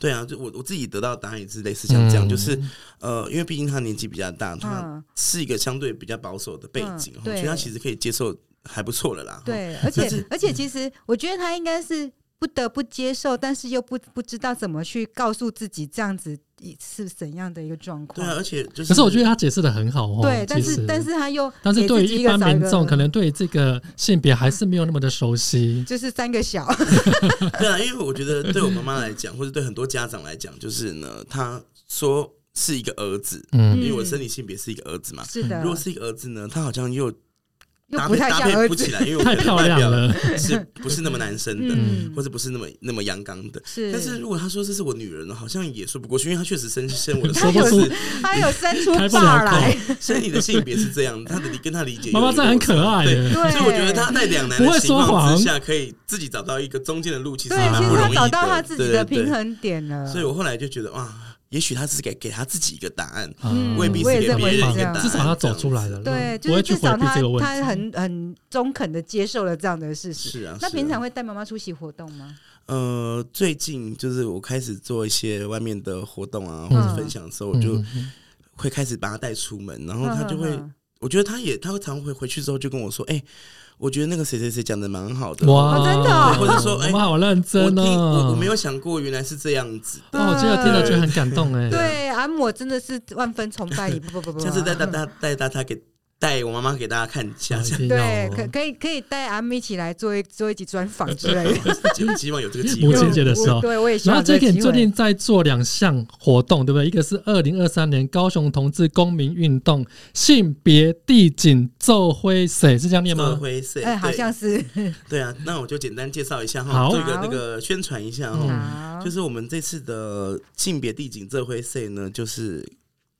C: 对啊，就我我自己得到的答案也是类似像这样，
B: 嗯
C: 就是呃，因为毕竟他年纪比较大，他
A: 嗯，
C: 是一个相对比较保守的背景，哦
A: 嗯
C: 所
A: 对
C: 以他其实可以接受还不错了啦。哦哈
A: 对，而
C: 就
A: 且
C: 是
A: 而且其实我觉得他应该是不得不接受，但是又不不知道怎么去告诉自己这样子是怎样的一个状
C: 对啊，
A: 况。
C: 而且就是，
B: 可是我觉得他解释的很好哦。
A: 对，但
B: 其
A: 是
B: 实
A: 但是他又
B: 但是
A: 给
B: 对
A: 自
B: 于
A: 己
B: 一
A: 个
B: 般
A: 找一
B: 民
A: 个
B: 众，可能对这个性别还是没有那么的熟悉。
A: 就是三个小，
C: 对啊，因为我觉得对我妈妈来讲，或者对很多家长来讲，就是呢，他说是一个儿子，因
B: 嗯，
C: 为我生理性别是一个儿子嘛。
A: 是的
C: 如，果是一个儿子呢，他好像又
A: 嗯又
C: 搭
A: 不
C: 配
A: 太
C: 搭
A: 像儿
C: 配不
A: 子
C: 起，来，因为我
B: 太
C: 觉得
B: 漂
C: 外
B: 亮
C: 表
B: 了。
C: 是不是那么男生的，
A: 嗯
C: 或者不是那么那么阳刚的？
A: 是，
C: 但是如果他说这是我女人呢，好像也说不过去，因为他确实生生我的
A: 他
B: 说不
A: 有
B: 出
A: 他有生出
B: 开不了
A: 爸
B: 口
A: 来，
C: 生理的性别是这样，他的理跟他理解有
B: 妈妈
C: 一
B: 这
C: 个
B: 很
C: 落差
B: 可爱
C: 对
B: 耶
A: 对，
C: 所以我觉得他在两难
B: 不会
C: 的情
B: 说
C: 况之
B: 谎
C: 下，可以自己找到一个中间的路，其实
A: 对
C: 还，蛮
A: 其
C: 不
A: 实
C: 容
A: 他
C: 易
A: 找到他自己的
C: 对对对
A: 平衡点了。
C: 所以我后来就觉得哇，也许他是给给他自己一个答案，
B: 嗯
C: 未必
A: 我
C: 是
A: 也
C: 给
A: 认为
C: 别人
A: 是这
C: 一个
A: 样
C: 答案。
B: 至少他走出来
C: 这样
B: 了，
C: 子
A: 对，
B: 不
A: 就
B: 会
A: 是
B: 去
A: 至
B: 回
A: 少
B: 避
A: 他
B: 这个问
A: 他
B: 题。嗯
A: 很很中肯的接受了这样的事实。
C: 是啊，
A: 那
C: 是
A: 平
C: 啊
A: 常会带妈妈出席活动吗？
C: 呃，最近就是我开始做一些外面的活动啊，或
B: 嗯
C: 者分享的时候，我就
B: 嗯嗯
C: 会开始把他带出
A: 嗯
C: 门，然后他就会
A: 呵呵，呵
C: 我觉得他也，他会常回回去之后就跟我说，哎，我觉得那个谁谁谁讲的蛮好的，
B: 哇，
A: 哦真的哦
C: 或者说哎
B: 我们好认
C: 我
B: 真
C: 听我
B: 哦
C: 我没。有想过原来是这样子，
B: 哇，我觉得听了就很
A: 嗯
B: 感动哎。
C: 啊
A: 对，阿姆我真的是万分崇拜你，不不不不，
C: 下次带大大带大家给带我妈妈给大家看一下，
B: 啊一
C: 这样
B: 定要
A: 对，
B: 哦
A: 可可以可以带阿咪一起来做一做一集专访之 类的。
C: 就希望有这个机
B: 母
C: 会。
B: 亲节的时候
A: 我 对我也希
B: 然后
A: 望这个
B: 最近
A: 机
B: 最
A: 会
B: 近。在做两项活动，对不对？一个是二零二三年高雄同志公民运动性别地景奏灰谁是这样念
C: 社
B: 吗？
C: 会色，
A: 哎，好
C: 对
A: 像是
C: 对啊，那我就简单介绍一下哈，
B: 好
C: 做一个那个宣传一下
B: 嗯
C: 哈。
A: 好，
C: 就是我们这次的性别地景这回赛呢，就是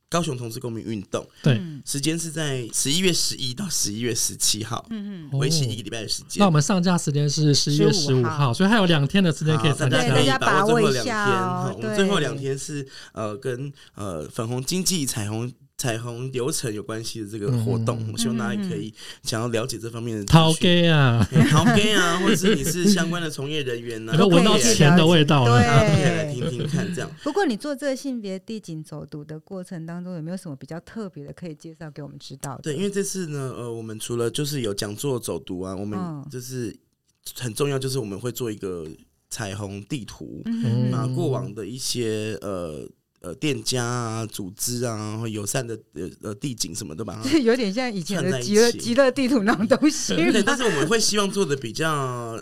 C: 高雄同志公民运动，
B: 对
A: 嗯
C: 时间是在十一月十一到十一月十七号，
A: 嗯
B: 哦
C: 为期一个礼拜的时间。
B: 那我们上架时间是十一月十五
A: 15
B: 号，所以还有两天的时间可以
C: 好
B: 参
C: 啊大
B: 加
A: 对大家
B: 这样。
C: 家可以
A: 把
C: 把握
A: 握一
C: 最后两天
A: 下哦
C: 哈。我们最后
A: 对
C: 两天是呃跟呃粉红经济彩虹。彩虹流程有关系的这个活动，
B: 嗯
C: 我希望大家可以想要了解这方面的资
B: 陶
C: 讯，
B: gay 啊，
C: 嗯陶 gay 啊，或者是你是相关的从业人员呢、
B: 有
C: 啊，
B: 没有闻到
A: 都可以
B: 钱的味道啊
A: 对
B: 了？
C: 大家可以来听听看，这样。
A: 不过你做这个性别地景走读的过程当中，有没有什么比较特别的可以介绍给我们知道的？
C: 对，因为这次呢，呃，我们除了就是有讲座走读啊，我们
A: 嗯
C: 就是很重要，就是我们会做一个彩虹地图，
A: 嗯，
C: 把
B: 嗯
C: 啊过往的一些呃呃店家啊、组织啊、或友善的呃呃地景什么都把 它。
A: 这有点像以前
C: 串在
A: 的
C: 一
A: 极乐
C: 起
A: 极乐地图那种东西吧
C: 对，但是我们会希望做的比较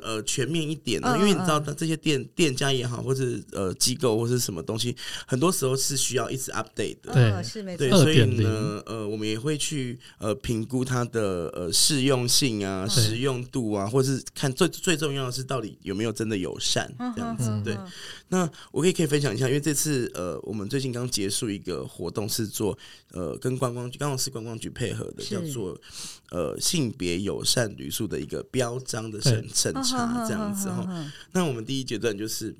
C: 呃全面一点呢，
A: 嗯
C: 因为你知道，
A: 嗯
C: 这些店店家也好，或是呃机构或是什么东西，很多时候是需要一直 update 的。
B: 对
A: 嗯是没错
C: 对，，
B: 2.0
C: 所以呢，呃，我们也会去呃评估它的呃适用性啊、
A: 对
C: 实用度啊，或是看最最重要的是到底有没有真的友善这样子。
B: 嗯
C: 对，那我可以可以分享一下，因为这次呃，我们最近刚结束一个活动，是做呃跟观光局，刚好是观光局配合的，
A: 是
C: 叫做呃性别友善旅宿的一个标章的审审
A: 哦
C: 查这样子哈。那我们第一阶段就是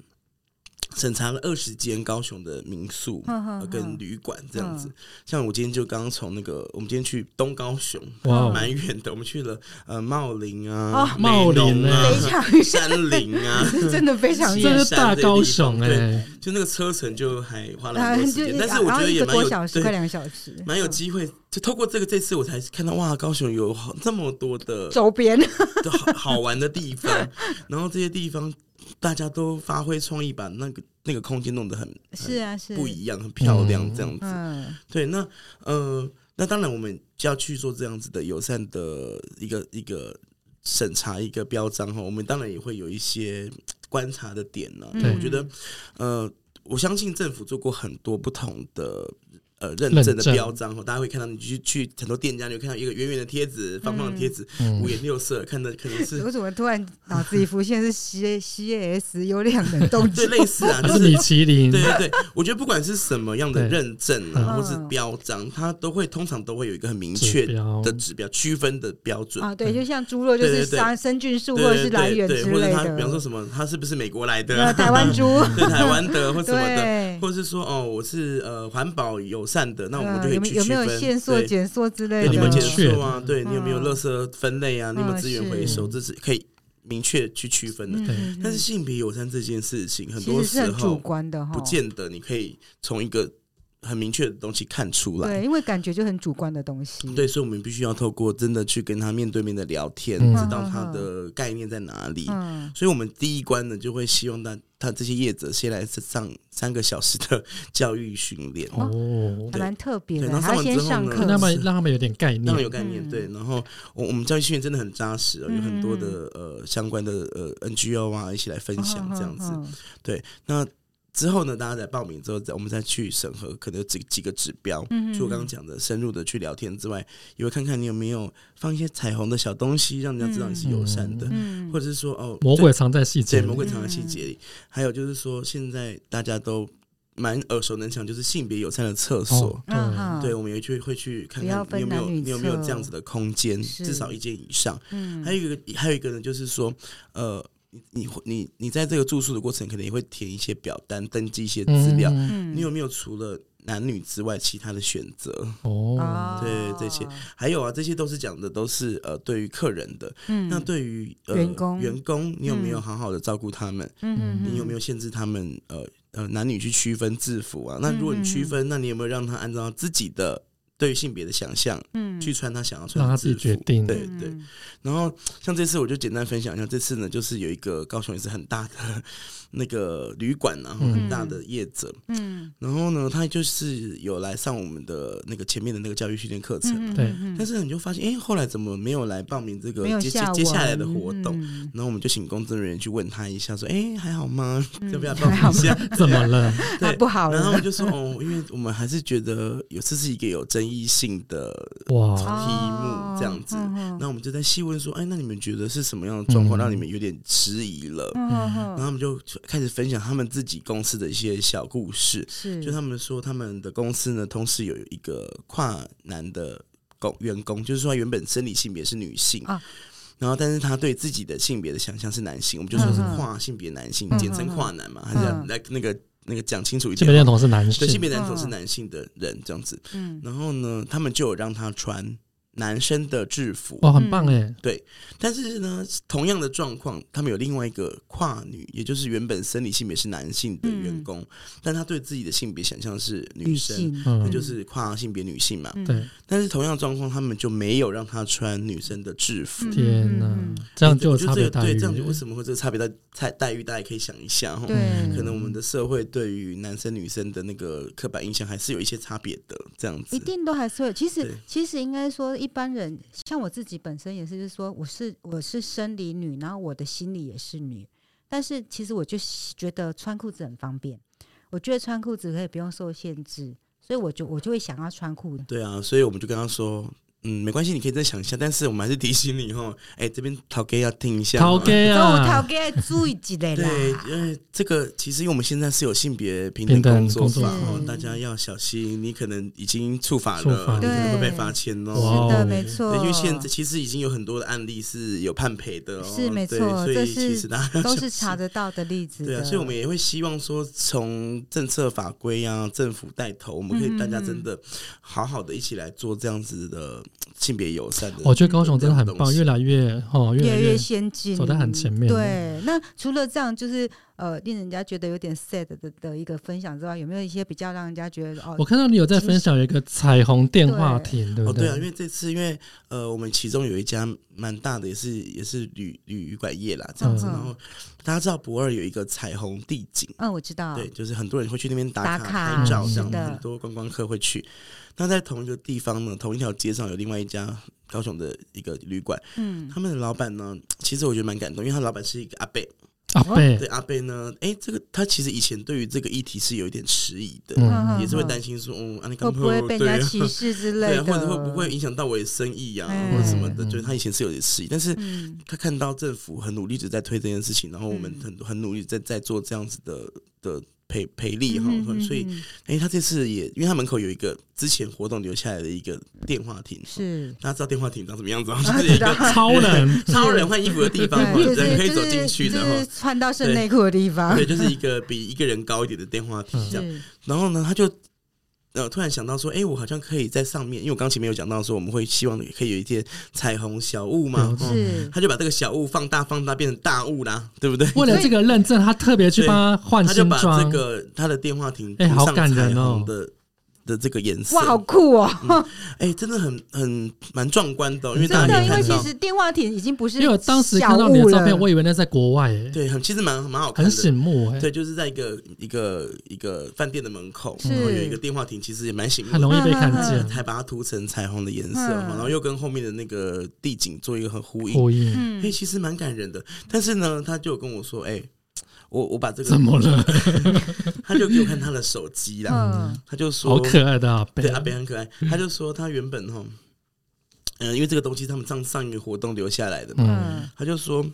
C: 审查了二十间高雄的民宿、
A: 嗯嗯
C: 呃
A: 嗯
C: 跟旅馆这样子。像我今天就刚刚从那个，我们今天去东高雄，
B: 哇哦，
C: 蛮远的，我们去了呃茂林
A: 哦
C: 啊、
B: 茂林
C: 美浓
B: 啊
A: 非
C: 啊、
A: 常
C: 山林 啊，
A: 真的非常
C: 是
A: 热
B: 这是大高雄
C: 对
B: 哎，
C: 就那个车程就还花了
A: 啊，
C: 很多时
A: 就
C: 间，
A: 是
C: 但是我觉
A: 然后
C: 得
A: 一
C: 也
A: 个
C: 蛮有
A: 多小时，快
C: 对。
A: 两个小时，
C: 蛮有
A: 嗯
C: 机会，就透过这个这次我才看到哇，高雄有好这么多的
A: 周边，
C: 就好 好玩的地方，然后这些地方大家都发挥创意，把那个那个空间弄得很
A: 是啊，是
C: 不一样、很漂亮这样子。
A: 嗯，
C: 对，那呃，那当然我们就要去做这样子的友善的一个一个审查一个标章哈，我们当然也会有一些观察的点呢、
A: 嗯
C: 我觉得呃，我相信政府做过很多不同的。呃，认
B: 认
C: 证的
B: 证
C: 标章哈，大家会看到你去去很多店家，你会看到一个圆圆的贴纸、方方的贴纸，
B: 嗯
C: 五颜六色，看的可能是
A: 我怎么突然脑子里浮现是 C C S 优良冷冻机？
C: 对，类似啊，
B: 这
C: 就是是
B: 米其林
C: 对，对对，我觉得不管是什么样的
B: 对
C: 认证
A: 嗯
C: 啊，或是标章，它都会通常都会有一个很明确
B: 指标哦
C: 的指标区分的标准。
A: 哦啊，对，就像猪肉就
C: 对
A: 是
C: 对对
A: 杀生菌素
C: 对
A: 或者是
C: 对
A: 来源
C: 对
A: 之
C: 对，或者
A: 类
C: 它比方说
A: 的，
C: 什么，它是不是美国来的
A: 那
C: 啊？
A: 台湾猪，
C: 对 台湾 的或什么的，
A: 对，
C: 或是说哦，我是呃环保友善的，那我们
A: 嗯
C: 就可以
A: 有没
C: 去
A: 有
C: 区
A: 没有
C: 分
A: 线索、
C: 对
A: 检索之类
C: 对，
A: 的？
C: 你有没有
B: 明
C: 减
B: 确
C: 速啊？对你有没有
A: 嗯
C: 垃圾分类啊？你有没有
A: 嗯
C: 资源回
A: 是
C: 收？这是可以明确去区分的。
A: 嗯嗯嗯
C: 但是性别友善这件事情，很
A: 其
C: 多
A: 实是
C: 时
A: 很主
C: 候
A: 观哦的哈，
C: 不见得你可以从一个很明确的东西看出来。
A: 对，因为感觉就很主观的东西。
C: 对，所以我们必须要透过真的去跟他面对面的聊天，
B: 嗯
C: 知道他的概念在哪里。
A: 嗯，
C: 所以，我们第一关呢，就会希望他他这些业者先来上三个小时的 教育训练，
B: 哦，
A: 还蛮特别
C: 对
A: 的，
C: 然后
A: 还要
C: 上完
A: 先
C: 之后
A: 上
C: 呢
A: 课
B: 让。他们让他们有点概
C: 让
B: 念
C: 人有，概念。对，然后我我们教育训练真的很扎实、哦，有很多的
A: 嗯
C: 呃相关的呃 NGO 啊一起来分享这样子。
A: 嗯，嗯
C: 那之后呢，大家在报名之后，再我们再去审核，可能有几几个指标。
A: 嗯嗯
C: 除了刚刚讲的深入的去聊天之外，也会看看你有没有放一些彩虹的小东西，让人家知道你是友善的，
A: 嗯，
C: 或者是说哦，
B: 魔鬼藏在细
C: 对
B: 节
C: 魔
B: 里。
C: 鬼藏在细节里。还有就是说，现在大家都蛮耳熟能详，就是性别友善的厕所
B: 哦。对
A: 嗯哈
C: 对，，我们也去会去看
A: 不要
C: 看
A: 分
C: 你有没有
A: 男女
C: 你有没有
A: 厕
C: 这样子的空间，
A: 是
C: 至少一间以上。
A: 嗯
C: 还有一个还有一个呢，就是说，呃，你你你你在这个住宿的过程，可能也会填一些表单，登记一些资料。
B: 嗯
A: 嗯
C: 你有没有除了男女之外其他的选择？
B: 哦，
A: 啊
C: 对这些还有啊，这些都是讲的都是呃，对于客人的。
A: 嗯
C: 那对于、呃、
A: 员工
C: 员工，你有没有
A: 嗯
C: 好好的照顾他们？
A: 嗯
C: 你有没
A: 有
C: 有限制他们呃呃男女去区分制服啊？那如果你
A: 嗯嗯
C: 区
A: 嗯
C: 分，那你有没有让他按照自己的对于性别的想象，
A: 嗯
C: 去穿他想要穿
B: 让
C: 的
B: 他自
C: 制
B: 己
C: 服。
B: 决定。
C: 对对，然后像这次我就简单分享一下，这次呢就是有一个高雄也是很大的那个旅馆然后
B: 嗯
C: 很大的业者，
A: 嗯，
C: 然后呢他就是有来上我们的那个前面的那个教育训练课程，
A: 嗯
B: 对
A: 嗯嗯
C: 但是你就发现，哎、后来怎么没有来报名这个
A: 没有
C: 接接
A: 下
C: 接下来
A: 文
C: 的活动？
A: 嗯
C: 然后我们就请工作人员去问他一下，说：“哎、还好吗？
A: 嗯
C: 要不要报
A: 还
C: 名
A: 好
C: 一 下？”
B: 怎么 了？
A: 啊
C: 对，
A: 不好
C: 然后
A: 了
C: 我，就说：“哦，因为我们还是觉得有这是一个有争议性的
B: 哇，
A: 哦
C: 题目这样子
A: 嗯
C: 那我们就在细问说，哎，那你们觉得是什么样的状况
B: 嗯
C: 让你们有点迟疑了？
A: 嗯嗯
C: 然后
A: 嗯
C: 他们就开始分享他们自己公司的一些小故事，
A: 是，
C: 就他们说他们的公司呢，同时有一个跨男的工员工，就是说他原本生理性别是女性。
A: 啊
C: 然后，但是他对自己的性别的想象是男性，我们就说是
A: 嗯嗯嗯
C: 跨性别男性，
B: 嗯
C: 简称跨男嘛，还是要来那个那个讲清楚一
B: 这
C: 点
B: 边认
C: 嘛。
B: 同是男
C: 对，性
B: 性，
C: 别男同是
A: 嗯
C: 男性的人这样子。
A: 嗯
C: 然后呢，他们就有让他穿男生的制服，
B: 哇，很棒
A: 嗯
B: 哎，
C: 但是呢，同样的状况，他们有另外一个跨女，也就是原本生理性别是男性的员工，但他对自己的性别想象是女
A: 嗯女
C: 生。
A: 性，
B: 嗯
C: 那，就是跨性别女性嘛，
A: 嗯
B: 哎对，
C: 但是同样状况，他们就没有让她穿女生的制服。
A: 嗯
B: 天哪
A: 嗯嗯，
B: 这样就有
C: 就
B: 差
C: 这
B: 别
C: 个
B: 待遇
C: 对，这样就为什么会这个差别待待待遇？大家也可以想一下哈。
B: 嗯
A: 对，
C: 嗯可能我们的社会对于男生女生的那个刻板印象还是有一些差别的，这样子
A: 一。定都还是会。其实
C: 对，
A: 其实应该说，一般人像我自己本身也是，就是说，我是我是生理女，然后我的心理也是女，但是其实我就喜觉得穿裤子很方便，我觉得穿裤子可以不用受限制，所以我就我就会想要穿裤子。
C: 对啊，所以我们就跟他说，嗯，没关系，你可以再想一下，但是我们还是提醒你哈，哎、这边陶 gay 要听一下，
B: 陶 gay
A: 所以我头
B: 啊，
A: 给注意一下
C: 对，
A: 啦。
C: 因为这个其实因为我们现在是有性别平
B: 平
C: 等
B: 等
C: 工作
B: 工作
C: 法
A: 法
C: 哦
A: 是，
C: 大家要小心，你可能已经触法
B: 触法
C: 了，你可能会
A: 对
C: 被罚钱
B: 哇
C: 哦。
A: 是
B: 哦
A: 的，没错。
C: 对，因为现在其实已经有很多的案例是有判赔的哦，
A: 是没
C: 对
A: 错
C: 所
A: 这是
C: 以其实大家要
A: 都
C: 小
A: 是
C: 心
A: 查得到的例子的。
C: 对啊，所以我们也会希望说，从政策法规啊，政府带头，我们可
A: 嗯嗯
C: 以
A: 嗯
C: 大家真的好好的一起来做这样子的性别友善的。
B: 哦我觉得高雄真的很棒，越来越哦，越
A: 越
B: 来
A: 来越
B: 越
A: 先进，
B: 走得很前面
A: 对，那除了这样，就是呃，令人家觉得有点 sad 的的一个分享之外，有没有一些比较让人家觉得哦
B: 我，看到你有在分享一个彩虹电话亭，对不
C: 哦，对啊，因
B: 对？
C: 为这次因为呃，我们其中有一家蛮大的，也是也是旅旅馆业啦，这样
A: 嗯
C: 子。然后大家知道不二有一个彩虹地景，
A: 嗯，我知道，
C: 对，就是很多人会去那边打
A: 打卡
C: 卡拍照，
B: 是
C: 这样
A: 的
C: 很多观光客会去。那在同一个地方呢，同一条街上有另外一家高雄的一个旅馆，
A: 嗯，
C: 他们的老板呢，其实我觉得蛮感动，因为他老板是一个阿贝，
A: 嗯
B: 啊，对
C: 对，阿贝呢，哎、这个他其实以前对于这个议题是有一点迟疑的，
B: 嗯
C: 也是会担心说，嗯，啊、你
A: 会
C: 刚
A: 不会被
C: 对啊
A: 人家歧视之类
C: 对啊，
A: 的，
C: 或者会不会影响到我的生意呀、
A: 哎
C: 或者什么的？
B: 嗯
C: 就是他以前是有点迟疑，但是
A: 嗯
C: 他看到政府很努力的在推这件事情，然后我们
A: 嗯
C: 很很努力在在做这样子的的赔赔
A: 嗯
C: 率哈
A: 嗯，嗯
C: 所以
A: 嗯
C: 哎、他这次也因为他门口有一个之前活动留下来的一个电话亭，
A: 是
C: 大家知道电话亭长什么样子吗？
A: 啊
C: 就是一
A: 嗯知道
C: 个
B: 超人，
C: 超人换衣服的地方，
A: 对，就是
C: 人可以
A: 就
C: 走
A: 是
C: 进去的
A: 就
C: 哈
A: 是。穿到剩内裤的地方，
C: 对，就是一个比一个人高一点的电话亭这样。
A: 是
C: 然后呢，他就呃突然想到说，哎、我好像可以在上面，因为我刚前面有讲到说，我们会希望可以有一些彩虹小物嘛，
B: 对
C: 哦
A: 是，
C: 他就把这个小物放大放大变成大物啦，对不对？
B: 为了这个认证，他特别去帮他换
C: 他就
B: 新
C: 把这
B: 装，
A: 哦
C: 个他的电话亭
B: 哎好
C: 上
B: 感人
C: 彩
B: 哦
C: 虹的、的这个颜色，
A: 哇，好酷哦！
C: 哎、真的很很蛮壮观的哦、因为大
A: 真的，
C: 家可以
A: 因为
C: 看
A: 其
C: 到，
A: 实电话亭已经不是
B: 因为我当时看
A: 小
B: 到你的
A: 物
B: 照片，
A: 了
B: 我以为那在国外，哎，
C: 对，很其实蛮蛮好看
B: 很
C: 的。
B: 醒目，哎，
C: 对，就是在一个一个一个饭店的门口，
A: 是
C: 然后有一个电话亭，其实也蛮醒目的
B: 很容易被看见，
C: 才把它涂成彩虹的颜色，
A: 嗯
C: 然后又跟后面的那个地景做一个很呼应，
B: 呼应，
A: 嗯
C: 哎、其实蛮感人的。但是呢，他就有跟我说，哎、我我把这
B: 怎
C: 个，
B: 么了？
C: 他就给我看他的手机啦，
A: 嗯
C: 他就说，
B: 好可爱的阿贝
C: 对，阿北很可爱，他就说他原本哈，嗯、因为这个东西他们上上一个活动留下来的嘛，
B: 嗯，
A: 嗯，
C: 他就说，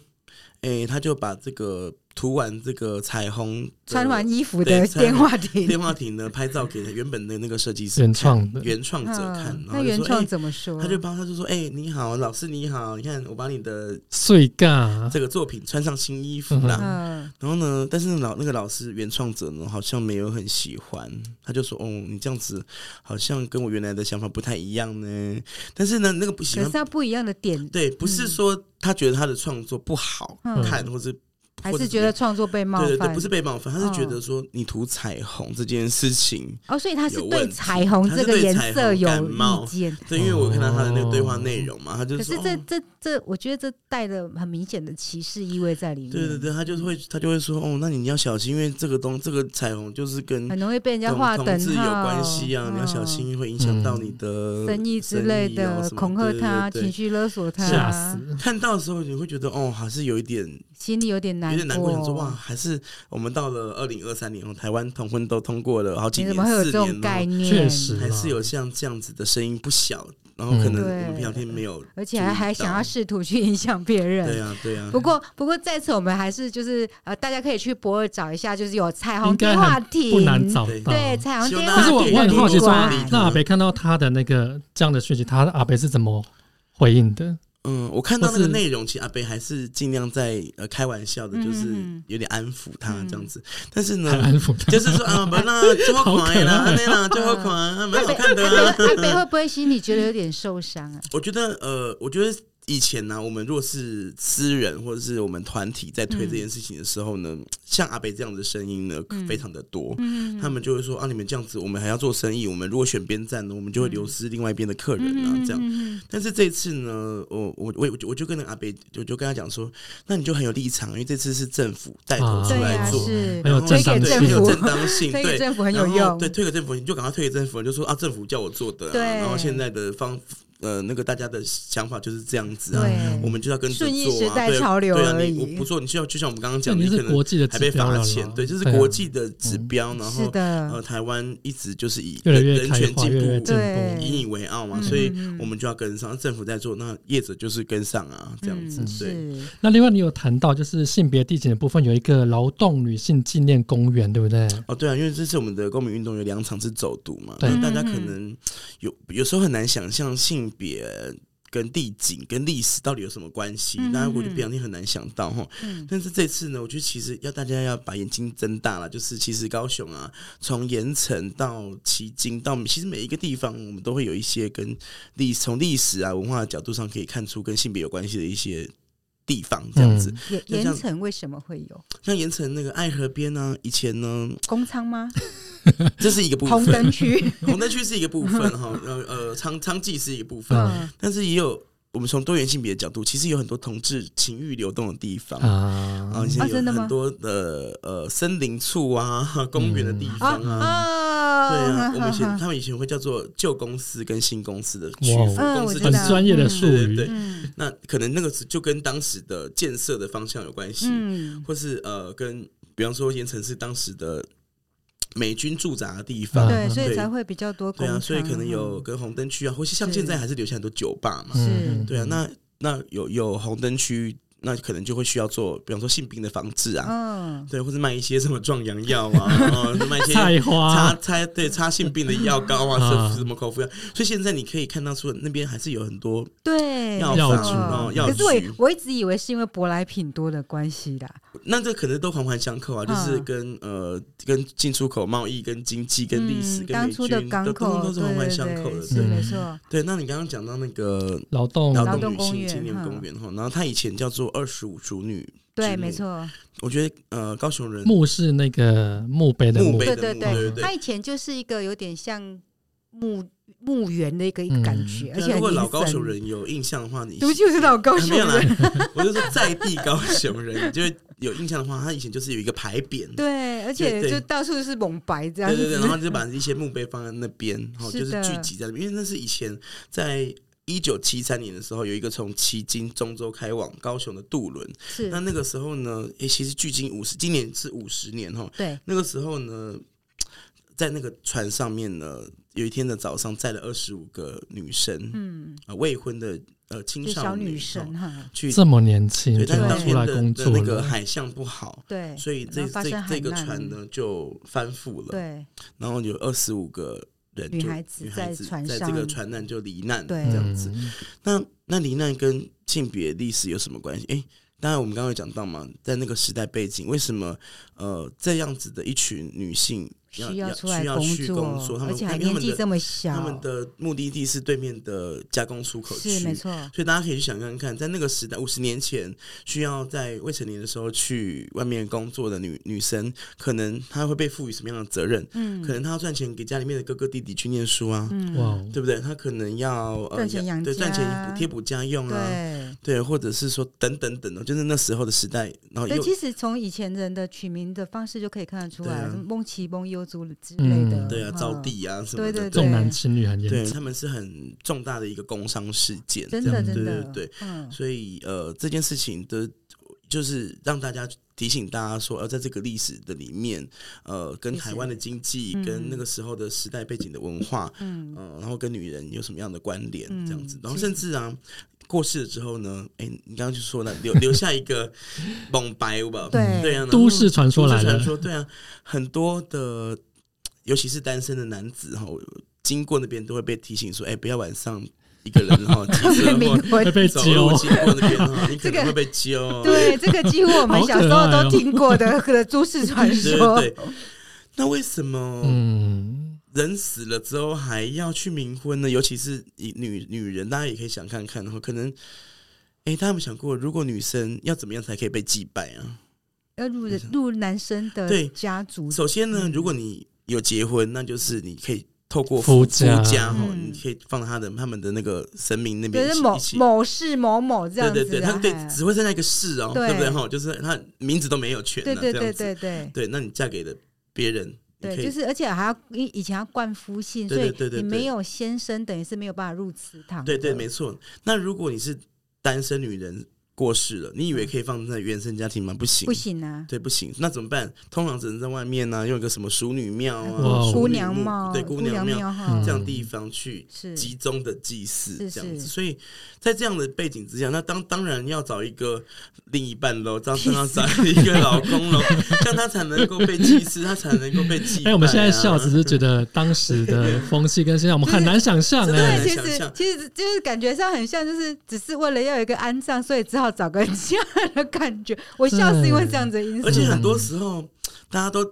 C: 哎、他就把这个涂完这个彩虹的
A: 穿完衣服
C: 对
A: 的
C: 穿完
A: 电话亭，
C: 电话亭呢拍照给原本的那个设计师
B: 原创的，
C: 原创者看，
A: 嗯
C: 然
A: 那
C: 后就
A: 原
C: 说，
A: 创
C: 哎
A: 怎么说？
C: 他就帮他就说：“哎、你好，老师你好，你看我把你的
B: 碎尬，
C: 这个作品穿上新衣服啦。
A: 嗯，
C: 然后呢，但是老那个老师原创者呢，好像没有很喜欢，他就说：“哦，你这样子好像跟我原来的想法不太一样呢。”但是呢，那个不喜
A: 可是
C: 欢，
A: 它不一样的点，
C: 对，不是说他觉得他的创作不好
A: 嗯
C: 看，或是
A: 还
C: 或者
A: 是
C: 怎
A: 觉
C: 么
A: 得
C: 样
A: 创作被冒
C: 对对对，
A: 犯
C: 不是被冒犯，他是觉
A: 哦
C: 得说你涂彩虹这件事情，
A: 哦，所以他是
C: 有
A: 对
C: 问题
A: 彩虹
C: 他
A: 这
C: 是
A: 个
C: 对
A: 颜
C: 彩
A: 色
C: 虹
A: 有
C: 感冒
A: 意见。
C: 对，因为我看到他的那个对话内容嘛，他就
A: 哦可
C: 说
A: 是这
C: 哦
A: 这这，我觉得这带着很明显的歧视意味在里面，
C: 对对对，他就
A: 嗯
C: 会他就会说哦，那你要小心，因为这个东这个彩虹就是跟
A: 很容易被人家
C: 同
A: 划
C: 同
A: 等号，
C: 志有关系啊，你要小
A: 嗯
C: 心，会影响到你的
A: 生意之类
C: 生意啊
A: 的，
C: 什么
A: 恐吓
C: 对
A: 他、
C: 对
A: 情
C: 对
A: 绪勒索他，
B: 吓死！
C: 看到的时候，你会觉得哦，还是有一点
A: 心里有点难过。
C: 有点难过，想说哇，还是我们到了二零二三年哦，台湾同婚都通过了好几
A: 你怎
C: 年，
A: 么会有这
C: 四
A: 种
C: 年
A: 概
C: 了，
A: 念？
B: 确实
C: 还是有像这样子的声音不小，然后可能
A: 嗯对
C: 我们平常天没有注意到，
A: 而且还还想要试图去影响别人。
C: 对啊对啊，
A: 不过，不过在此我们还是就是呃，大家可以去博尔找一下，就是有彩虹
B: 应
A: 电
B: 该
A: 话
B: 很
A: 亭，
B: 不难找到。
A: 对，彩虹
C: 希望
A: 电
B: 可
C: 大
A: 话
C: 家
B: 是我
A: 亭
B: 我
A: 的
B: 很好
A: 旅
B: 奇说
A: 馆，
C: 理
B: 那阿北看到他的那个这样的讯息，他阿北是怎么回应的？
C: 嗯，我看到那
B: 或
C: 个
B: 是
C: 内容，其实阿贝还是尽量在呃开玩笑的，就是
A: 嗯
C: 有点安抚他
A: 嗯
C: 这样子，但是
B: 很
C: 呢。
B: 安抚他，
C: 就是说啊，不啦，就好
B: 好可爱
C: 看啦，那啦就好看啊，蛮好看的
A: 阿。
C: 啊
A: 北阿北会不会心里觉得有点受伤啊？
C: 我觉得呃，我觉得以前呢、我们若是私人或者是我们团体在推
A: 嗯
C: 这件事情的时候呢，像阿北这样的声音呢，
A: 嗯
C: 非常的多。
A: 嗯，
C: 他们就会说啊，你们这样子，我们还要做生意。我们如果选边站呢，我们就会流失另外一边的客人啊，
A: 嗯
C: 这样。
A: 样，
C: 但是这次呢，我我我我就我就跟那个阿北，我就跟他讲说，那你就很有立场，因为这次是政府带头
B: 啊
C: 出
A: 对
C: 来
A: 啊，
C: 做，
A: 是
B: 很有
C: 然后
B: 正当
A: 推给
C: 对
A: 政
C: 很有
A: 府
C: 正当 性，
A: 推
C: 对
A: 给，政府很有
C: 然后
A: 用，
C: 对，推给政府你就赶快推给政府，你就说啊，政府叫我做的、啊，
A: 对
C: 然后现在的方呃那个大家的想法就是这样子啊，
A: 对
C: 我们就要跟着做
A: 顺应
C: 啊，
A: 时代
C: 对
A: 潮流
C: 对啊，
A: 而
C: 你我
A: 已
C: 不做，你就要就像我们刚刚
B: 这
C: 讲，
B: 已
C: 你
B: 经
C: 可
B: 是
C: 能
B: 国际的指
C: 还被
B: 标了
C: 罚
B: 啦，
C: 钱，对，这是
B: 啊
C: 国际的指
B: 嗯
C: 标，然
A: 是
C: 后
A: 的
C: 呃，，台湾一直就是以
B: 啊越来
C: 人
B: 越
C: 人
B: 开
C: 权
B: 化，越来越
C: 进步
B: 进
A: 对
B: 步。
C: 引以为傲嘛，
A: 嗯
C: 所以
A: 嗯嗯
C: 我们就要跟上，政府在做，那业者就是跟上啊，这样子，
A: 嗯
C: 对。
A: 是。
B: 那另外你有谈到就是性别地景的部分，有一个劳动女性纪念公园，对不对？
C: 哦，对啊，因为这次我们的公民运动有两场是走读嘛，
B: 对
C: 那大家可
A: 嗯
C: 能有有时候很难想象性别跟地景跟历史到底有什么关系，
A: 嗯
C: 大家
A: 嗯
C: 我就
A: 嗯
C: 不小心很难想到哈。
A: 嗯
C: 但是这次呢，我觉得其实要大家要把眼睛睁大了，就是其实高雄啊，从盐城到旗津到其实每一个地方，我们都会有一些跟历从历史啊文化的角度上可以看出跟性别有关系的一些地方这样子。
B: 嗯
A: 盐
C: 那
A: 盐
C: 像
A: 城为什么会有
C: 像盐城那个爱河边呢、以前呢，
A: 工仓吗？
C: 这是一个部分
A: 红。灯区，
C: 红灯区是一个部分哈，呃呃，娼娼妓是一个部分，
A: 嗯，
C: 但是也有我们从多元性别的角度，其实有很多同志情欲流动的地
A: 嗯
C: 方。啊，
B: 啊
C: 现在
A: 啊真的
C: 有
A: 吗
C: 很多的呃森林处啊、公园的地
A: 啊
C: 方啊，对
A: 啊
C: 啊，我们以前他们以前会叫做旧公司跟新公司的区
B: 哇
C: 分，
A: 嗯
C: 公
A: 我
C: 司
A: 知
C: 就
B: 很
A: 道
C: 是
B: 专业的术
C: 对对
B: 语
C: 对，
A: 嗯
C: 那可能那个是就跟当时的建设的方向有关系，
A: 嗯
C: 或是呃跟比方说盐城是当时的美军驻扎的地方，
A: 对，
B: 嗯
A: 所以
C: 对
A: 才会比较多工
C: 对啊，
A: 厂，
C: 所以可能有跟红灯区啊，或是像
A: 是
C: 现在还是留下很多酒吧嘛。
A: 是
B: 嗯
C: 对啊，那那有有红灯区，那可能就会需要做，比方说性病的防治啊，
A: 嗯，
C: 对，或是卖一些什么壮阳药啊，哦，卖一
B: 嗯
C: 些
B: 菜
C: 擦
B: 花
C: 擦对擦性病的药膏啊，
B: 啊
C: 是什么口服药。所以现在你可以看到出那边还是有很多，
A: 对，
C: 药
A: 没
B: 房
A: 错
C: 哦药
A: 可是我以
C: 局
A: 我一直以为是因为舶来品多的关系啦，
C: 那这可能都环环相扣啊，就是
A: 嗯
C: 跟呃跟进出口贸易、跟经济、跟历史、
A: 嗯
C: 跟
A: 当
C: 美
A: 初
C: 军
A: 的港
C: 都
A: 口
C: 都是环环相
A: 对对
C: 扣
A: 对
C: 的。
A: 是
B: 对
A: 没错，
C: 对，那你刚刚讲到那个
B: 劳动
A: 劳
C: 劳
A: 动
C: 动女
A: 公
C: 性
A: 园
C: 纪念公园哈，然后它以前叫做二十五处女，
A: 对，
C: 目
A: 没错，
C: 我觉得呃高雄人
B: 墓是那个墓碑的
C: 墓
B: 墓
C: 碑，
A: 对
C: 对
A: 对
C: 对对对
A: 它以前就是一个有点像墓墓园的一个一个感觉，而
C: 对
A: 且
C: 啊如
A: 很
C: 果老
A: 阴
C: 高雄
A: 森。
C: 人有印象的话，你
A: 对不起，我是老高
C: 啊
A: 雄
C: 没有
A: 人，
C: 啦， 我就说在地高雄人，你就会有印象的话，他以前就是有一个牌匾，
A: 对，而
C: 对
A: 且
C: 对
A: 就到处是蒙白这样
C: 对对对，然
A: 子，
C: 后就把一些墓碑放在那边，然后
A: 是
C: 就是
A: 的
C: 聚集在那边，因为那是以前在。一九七三年的时候，有一个从旗津、中州开往高雄的渡轮。
A: 是
C: 那，那个时候呢，诶、其实距今五十，今年是五十年哈，
A: 对，
C: 那个时候呢，在那个船上面呢，有一天的早上载了二十五个女生，
A: 嗯，
C: 呃，未婚的呃青
A: 就
C: 少
A: 小
C: 女
A: 女
C: 哦
A: 生哈，
C: 去，
B: 这么年轻
C: 对，
B: 就
C: 但是
A: 对
C: 当
B: 出
C: 天
B: 来
C: 的
B: 工
C: 的
B: 作
C: 那个
B: 了，
C: 海象不好，
A: 对，
C: 所以这
A: 然后发
C: 这
A: 生
C: 这个
A: 海难
C: 船呢就翻覆了，
A: 对
C: 然后有二十五个。人就
A: 女孩子
C: 女孩子
A: 在船
C: 这个
A: 上
C: 船难就罹难，
A: 对
C: 这样子。
B: 嗯
C: 那那罹难跟性别历史有什么关系？诶，当然我们刚刚有讲到嘛，在那个时代背景，为什么呃这样子的一群女性要
A: 需要
C: 要
A: 出来
C: 需要去工作他
A: 而
C: 们
A: 且还
C: 因为他
A: 年
C: 们
A: 纪
C: 的
A: 这么小，
C: 他们的目的地是对面的加工出口区，
A: 是没错，
C: 所以大家可以去想看看，在那个时代，五十年前需要在未成年的时候去外面工作的女女生，可能她会被赋予什么样的责任？
A: 嗯
C: 可能她要赚钱给家里面的哥哥弟弟去念书啊，
A: 嗯，
B: 哇哦，
C: 对不对？她可能要呃
A: 赚钱养
C: 对
A: 家
C: 赚钱补贴补家用啊，
A: 对。
C: 对，或者是说等等等的，就是那时候的时代，然后
A: 对，
C: 又
A: 其实从以前人的取名的方式就可以看得出
C: 对
A: 来，
C: 啊
A: 什么蒙奇、蒙幽族之类的。
B: 嗯
C: 对啊，
A: 哈
C: 招，娣啊什么的，
A: 对
B: 重男轻女很严
C: 对
B: 重，
C: 他们是很重大的一个工伤事件，
A: 真
C: 这
A: 的
C: 样
A: 真的，
C: 对对对。
A: 嗯，
C: 所以呃，这件事情的，就是让大家提醒大家说，呃，在这个历史的里面，呃，跟
A: 历史
C: 台湾的经济、
A: 嗯
C: 跟那个时候的时代背景的文化，
A: 嗯
C: 呃，然后跟女人有什么样的关联，
A: 嗯
C: 这样子，然后
A: 其实
C: 甚至啊。过世了之后呢？哎、你刚刚就说了，留留下一 个蒙白吧，
A: 对
C: 对啊，然后
B: 都市传说来
C: 都市传
B: 了，
C: 说对啊，很多的，尤其是单身的男子哈，经过那边都会被提醒说，哎、不要晚上一个人 哈，骑
A: 这
C: 车
A: 个
C: 或
A: 冥婚
B: 会，被
C: 走路
B: 揪，
C: 经过那 边哈，你可
A: 这个
C: 能会被揪。
A: 对，这个几乎我们
B: 好
A: 小
B: 可
A: 时候
B: 爱哦
A: 都听过的的都市传
C: 对
A: 说。
C: 对对。那为什么
B: 嗯，
C: 人死了之后还要去冥婚呢？尤其是以女女人，大家也可以想看看哈，可能。哎、大家有没有想过，如果女生要怎么样才可以被祭拜啊？
A: 要入人入男生的
C: 对
A: 家族，
C: 首先呢，
A: 嗯
C: 如果你有结婚，那就是你可以透过
B: 夫
C: 家
B: 家
C: 哈，
A: 嗯
C: 你可以放他的他们的那个神明那边
A: 就
C: 一
A: 是
C: 起
A: 某
C: 一起
A: 某氏某某这样
C: 对
A: 子
C: 对
A: 啊，
C: 对，他对
A: 哎
C: 只会剩下一个氏哦，
A: 对
C: 对不对哈？就是他名字都没有全
A: 对
C: 啊
A: 对
C: 这
A: 对
C: 样子
A: 对对。
C: 对，那你嫁给了别人，你
A: 对，
C: 可以
A: 就是而且还要以以前要冠夫姓，
C: 对
A: 所以
C: 对对对
A: 你
C: 对
A: 没有先生，等于是没有办法入祠堂的。
C: 对对，没错。那如果你是单身女人过世了，你以为可以放在原生家庭吗？不行，
A: 嗯不行啊，
C: 对，不行。那怎么办？通常只能在外面呢、用一个什么淑女庙
B: 哇
C: 啊、
B: 哦
A: 哎
B: 嗯
A: 姑
C: 淑女
A: 娘
C: 墓
A: 帽，
C: 对
A: 姑
C: 姑娘庙
A: 庙哈
C: 这样地方去
A: 是
C: 集中的祭祀
A: 是
C: 这样子，
A: 是
C: 所以在这样的背景之下，那当当然要找一个另一半喽，当然要找一个老公喽， 这样他才能够被祭祀，他才能够被祭、啊。
B: 哎，我们现在笑只是觉得当时的风气跟现在我们很难想象
C: 真的
B: 哎
C: 很，
A: 其
C: 想
A: 实
C: 象
A: 其实就是感觉上很像，就是只是为了要有一个安葬，所以只好找个家的感觉。我笑是因为这样子的因素
C: 而，且很
B: 嗯
C: 多时候大家都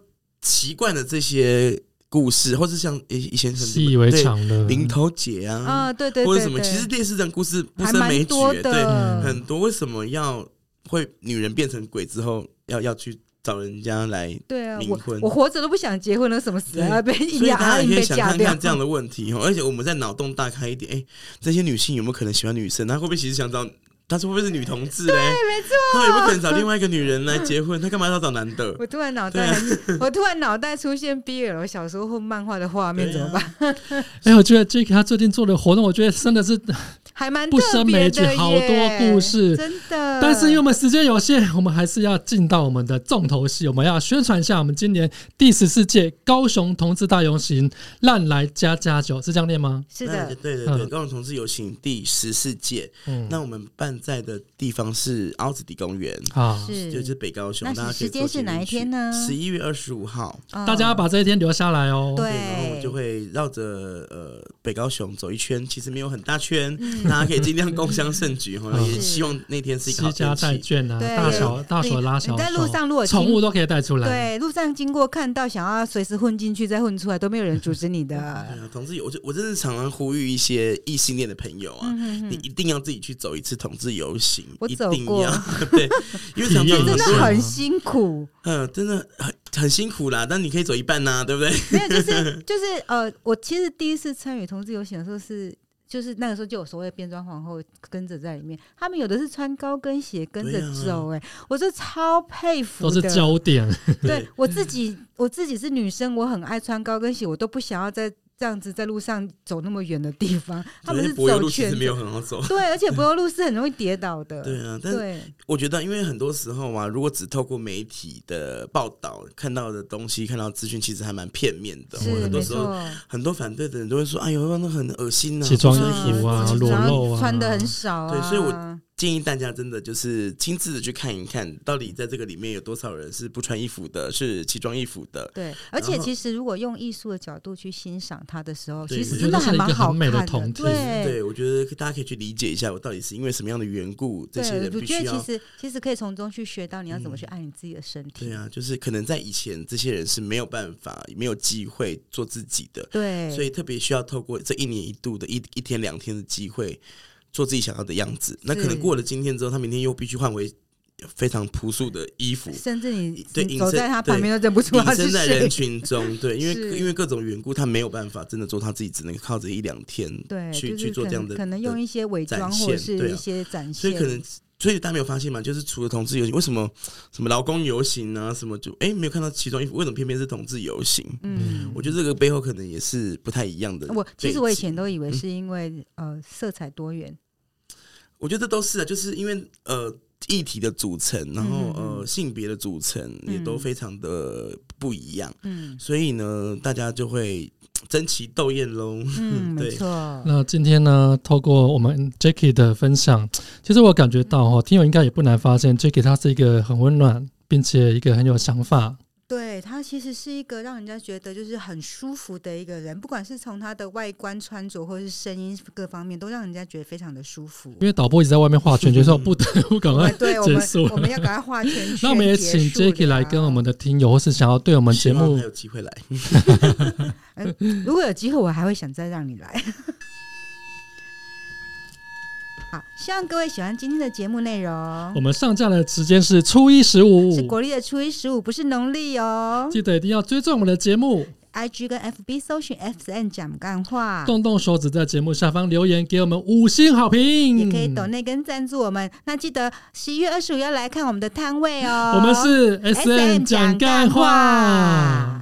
C: 习惯了这些故事，或是像以以前很
B: 习以为常了，
C: 对零头姐啊，
A: 啊，对对
C: 或
A: 对
C: 者什么，
A: 对
C: 其实类似这样故事不
A: 还
C: 胜枚
A: 蛮
C: 举、
A: 多
C: 欸，对，
A: 的，
B: 嗯
C: 很多为什么要会女人变成鬼之后要要去找人家来？
A: 对啊，
C: 冥
A: 我
C: 婚
A: 我活着都不想结婚了，什么死了 还被
C: 所
A: 硬
C: 以
A: 要
C: 大
A: 阿
C: 家也
A: 英
C: 可以
A: 被
C: 想
A: 嫁
C: 看
A: 掉
C: 看这样的问题哦。而且我们在脑洞大开一点，哎、这些女性有没有可能喜欢女生？她会不会其实想找？她说会不会是女同志嘞？
A: 没错。
C: 她有没有可能找另外一个女人来结婚？她干嘛要找男 的？
A: 我突然脑袋很，
B: 啊
A: 我突然脑袋出现 BL 小说或漫画的画面，怎么办？
B: 哎，我觉得 J.K. 他最近做的活动，我觉得真的是，
A: 还蛮
B: 不
A: 特
B: 胜
A: 别
B: 枚举
A: 的耶，
B: 好多故事
A: 真的。
B: 但是因为我们时间有限，我们还是要进到我们的重头戏，我们要宣传一下我们今年第十四届高雄同志大游行“烂来加加酒”是这样念吗？
A: 是
C: 那
A: 的，
C: 对对对，
B: 嗯
C: 高雄同志游行第十四届，
B: 嗯，
C: 那我们办在的地方是凹子底公园，
B: 好，
C: 就是是北高雄。
A: 那
C: 大家可以
A: 时间
C: 坐
A: 是
C: 捷运
A: 哪一
C: 去
A: 天呢
C: 十一月二十五号。
B: 大家要把这一天留下来
A: 嗯
B: 哦。
A: 对
C: 然后我们就会绕着呃北高雄走一圈，其实没有很大圈，
A: 嗯
C: 大家可以尽量共襄盛举哈。
B: 嗯
C: 也希望那天是一个
B: 西
C: 好
B: 家
C: 天
B: 带
C: 气。
B: 券啊，
A: 对
B: 大小大手拉小
A: 你
B: 手，
A: 在路上如果经
B: 宠物都可以带出来。
A: 对路上经过看到想要随时混进去再混出来都没有人阻止你
C: 对
A: 的。
C: 啊，同志游，我就我真的常常呼吁一些异性恋的朋友
A: 嗯
C: 啊，你一定要自己去走一次同志游行，
A: 我
C: 一
A: 走
C: 定
A: 过
C: 要 对，因为常常
B: 体验
C: 很
A: 真
B: 一
C: 多
A: 的
B: 下
C: 人
A: 很辛苦，
B: 啊
C: 嗯，真的很很辛苦啦，但你可以走一半 呐、对不对？
A: 没有就是就是呃，我其实第一次参与同志游行的时候是，就是那个时候就有所谓变装皇后跟着在里面，他们有的是穿高跟鞋跟着
C: 对啊
A: 走、哎、我就超佩服
B: 都
A: 的，
B: 是焦点，
A: 对
C: 嗯
A: 我自己，我自己是女生，我很爱穿高跟鞋，我都不想要在这样子在路上走那么远的地方。 他们
C: 对
A: 是
C: 柏油
A: 走
C: 路其
A: 全
C: 实没有很好走。
A: 对，而且柏油路是很容易跌倒的。
C: 对啊，但是
A: 对，
C: 我觉得，因为很多时候啊，如果只透过媒体的报道看到的东西、看到资讯，其实还蛮片面的。
A: 是
C: 我很多
A: 没
C: 时候，
A: 错。
C: 很多反对的人都会说：“哎呦，那很恶心啊！”
B: 奇装
C: 不
B: 穿
C: 穿
B: 衣
C: 衣
B: 服
C: 服
B: 啊
A: 嗯
B: 裸
A: 然后
B: 露啊
A: 穿的很少啊。
C: 对所以我建议大家真的就是亲自的去看一看，到底在这个里面有多少人是不穿衣服的，是奇装异服的。
A: 对，而且
C: 然后
A: 其实如果用艺术的角度去欣赏它的时候，
C: 对
A: 其实
C: 我觉
A: 真的
B: 得是
A: 还
B: 一
A: 蛮
B: 个
A: 好
B: 很美的
A: 看
B: 统计
A: 对
C: 对，我觉得大家可以去理解一下，我到底是因为什么样的缘故，这些
A: 对，
C: 人
A: 我
C: 必
A: 觉
C: 须
A: 得其
C: 要。嗯
A: 实其实可以从中去学到你要怎么去爱你自己的身体。
C: 对啊，就是可能在以前，这些人是没有办法、没有机会做自己的，
A: 对，
C: 所以特别需要透过这一年一度的一一天两天的机会，做自己想要的样子。那可能过了今天之后，他明天又必须换回非常朴素的衣服，
A: 甚至你
C: 对
A: 你
C: 隐
A: 走
C: 身
A: 在他
C: 对
A: 旁边都认不出他
C: 隐
A: 是
C: 身在人
A: 谁。
C: 群中。对，因
A: 是
C: 为因为各种缘故，他没有办法真的做他自己，只能靠着一两天
A: 对，
C: 去、
A: 就
C: 去
A: 是
C: 做
A: 可
C: 这样
A: 能
C: 的。
A: 可能
C: 的
A: 用一些伪
C: 展
A: 装或者
C: 现对
A: 是一
C: 啊
A: 些展
C: 所
A: 现，
C: 以可能，所以大家没有发现嘛？就是除了同志游行，为什么什么劳工游行啊，什么就哎、没有看到其中衣服，为什么偏偏是同志游行？
A: 嗯，
C: 我觉得这个背后可能也是不太一样的背景。嗯
A: 我其实我以前都以为是因为呃色彩多元，
C: 我觉得都是啊，就是因为呃议题的组成，然
A: 嗯
C: 后呃性别的组成也都非常的不一样，
A: 嗯
C: 所以呢，大家就会嘖争奇斗艳喽。
A: 嗯，没
C: 对
A: 错，
B: 那今天呢，透过我们 Jacky 的分享，其实我感觉到哦，听友应该也不难发现，Jacky 他是一个很温暖，并且一个很有想法。
A: 对他其实是一个让人家觉得就是很舒服的一个人，不管是从他的外观穿着或是声音各方面，都让人家觉得非常的舒服
B: 因。为导播一直在外面画圈 圈，说我不得不赶快
A: 哎对我
B: 结
A: 们
B: 束
A: 我们要赶快画圈圈。
B: 那我们也请
A: 结束
B: Jacky 来
A: 了
B: 跟我们的听友，或是想要对我们节
C: 希望
B: 目
C: 还有机会来，
A: 如果有机会，我还会想再让你来。 好，希望各位喜欢今天的节目内
B: 我
A: 容。
B: 们上架的时间是初一十五
A: 是，国历的初一十五，不是农历哦。
B: 记得一定要追踪我们的节目，
A: IG 跟 FB 搜寻 FN 讲干话，
B: 动动手指在节目下方留言给我们五星好评，
A: 也可以抖内跟赞助我们。那记得十哦一月二十五要来看我们的摊位哦。
B: 我们是
A: SM 讲干话。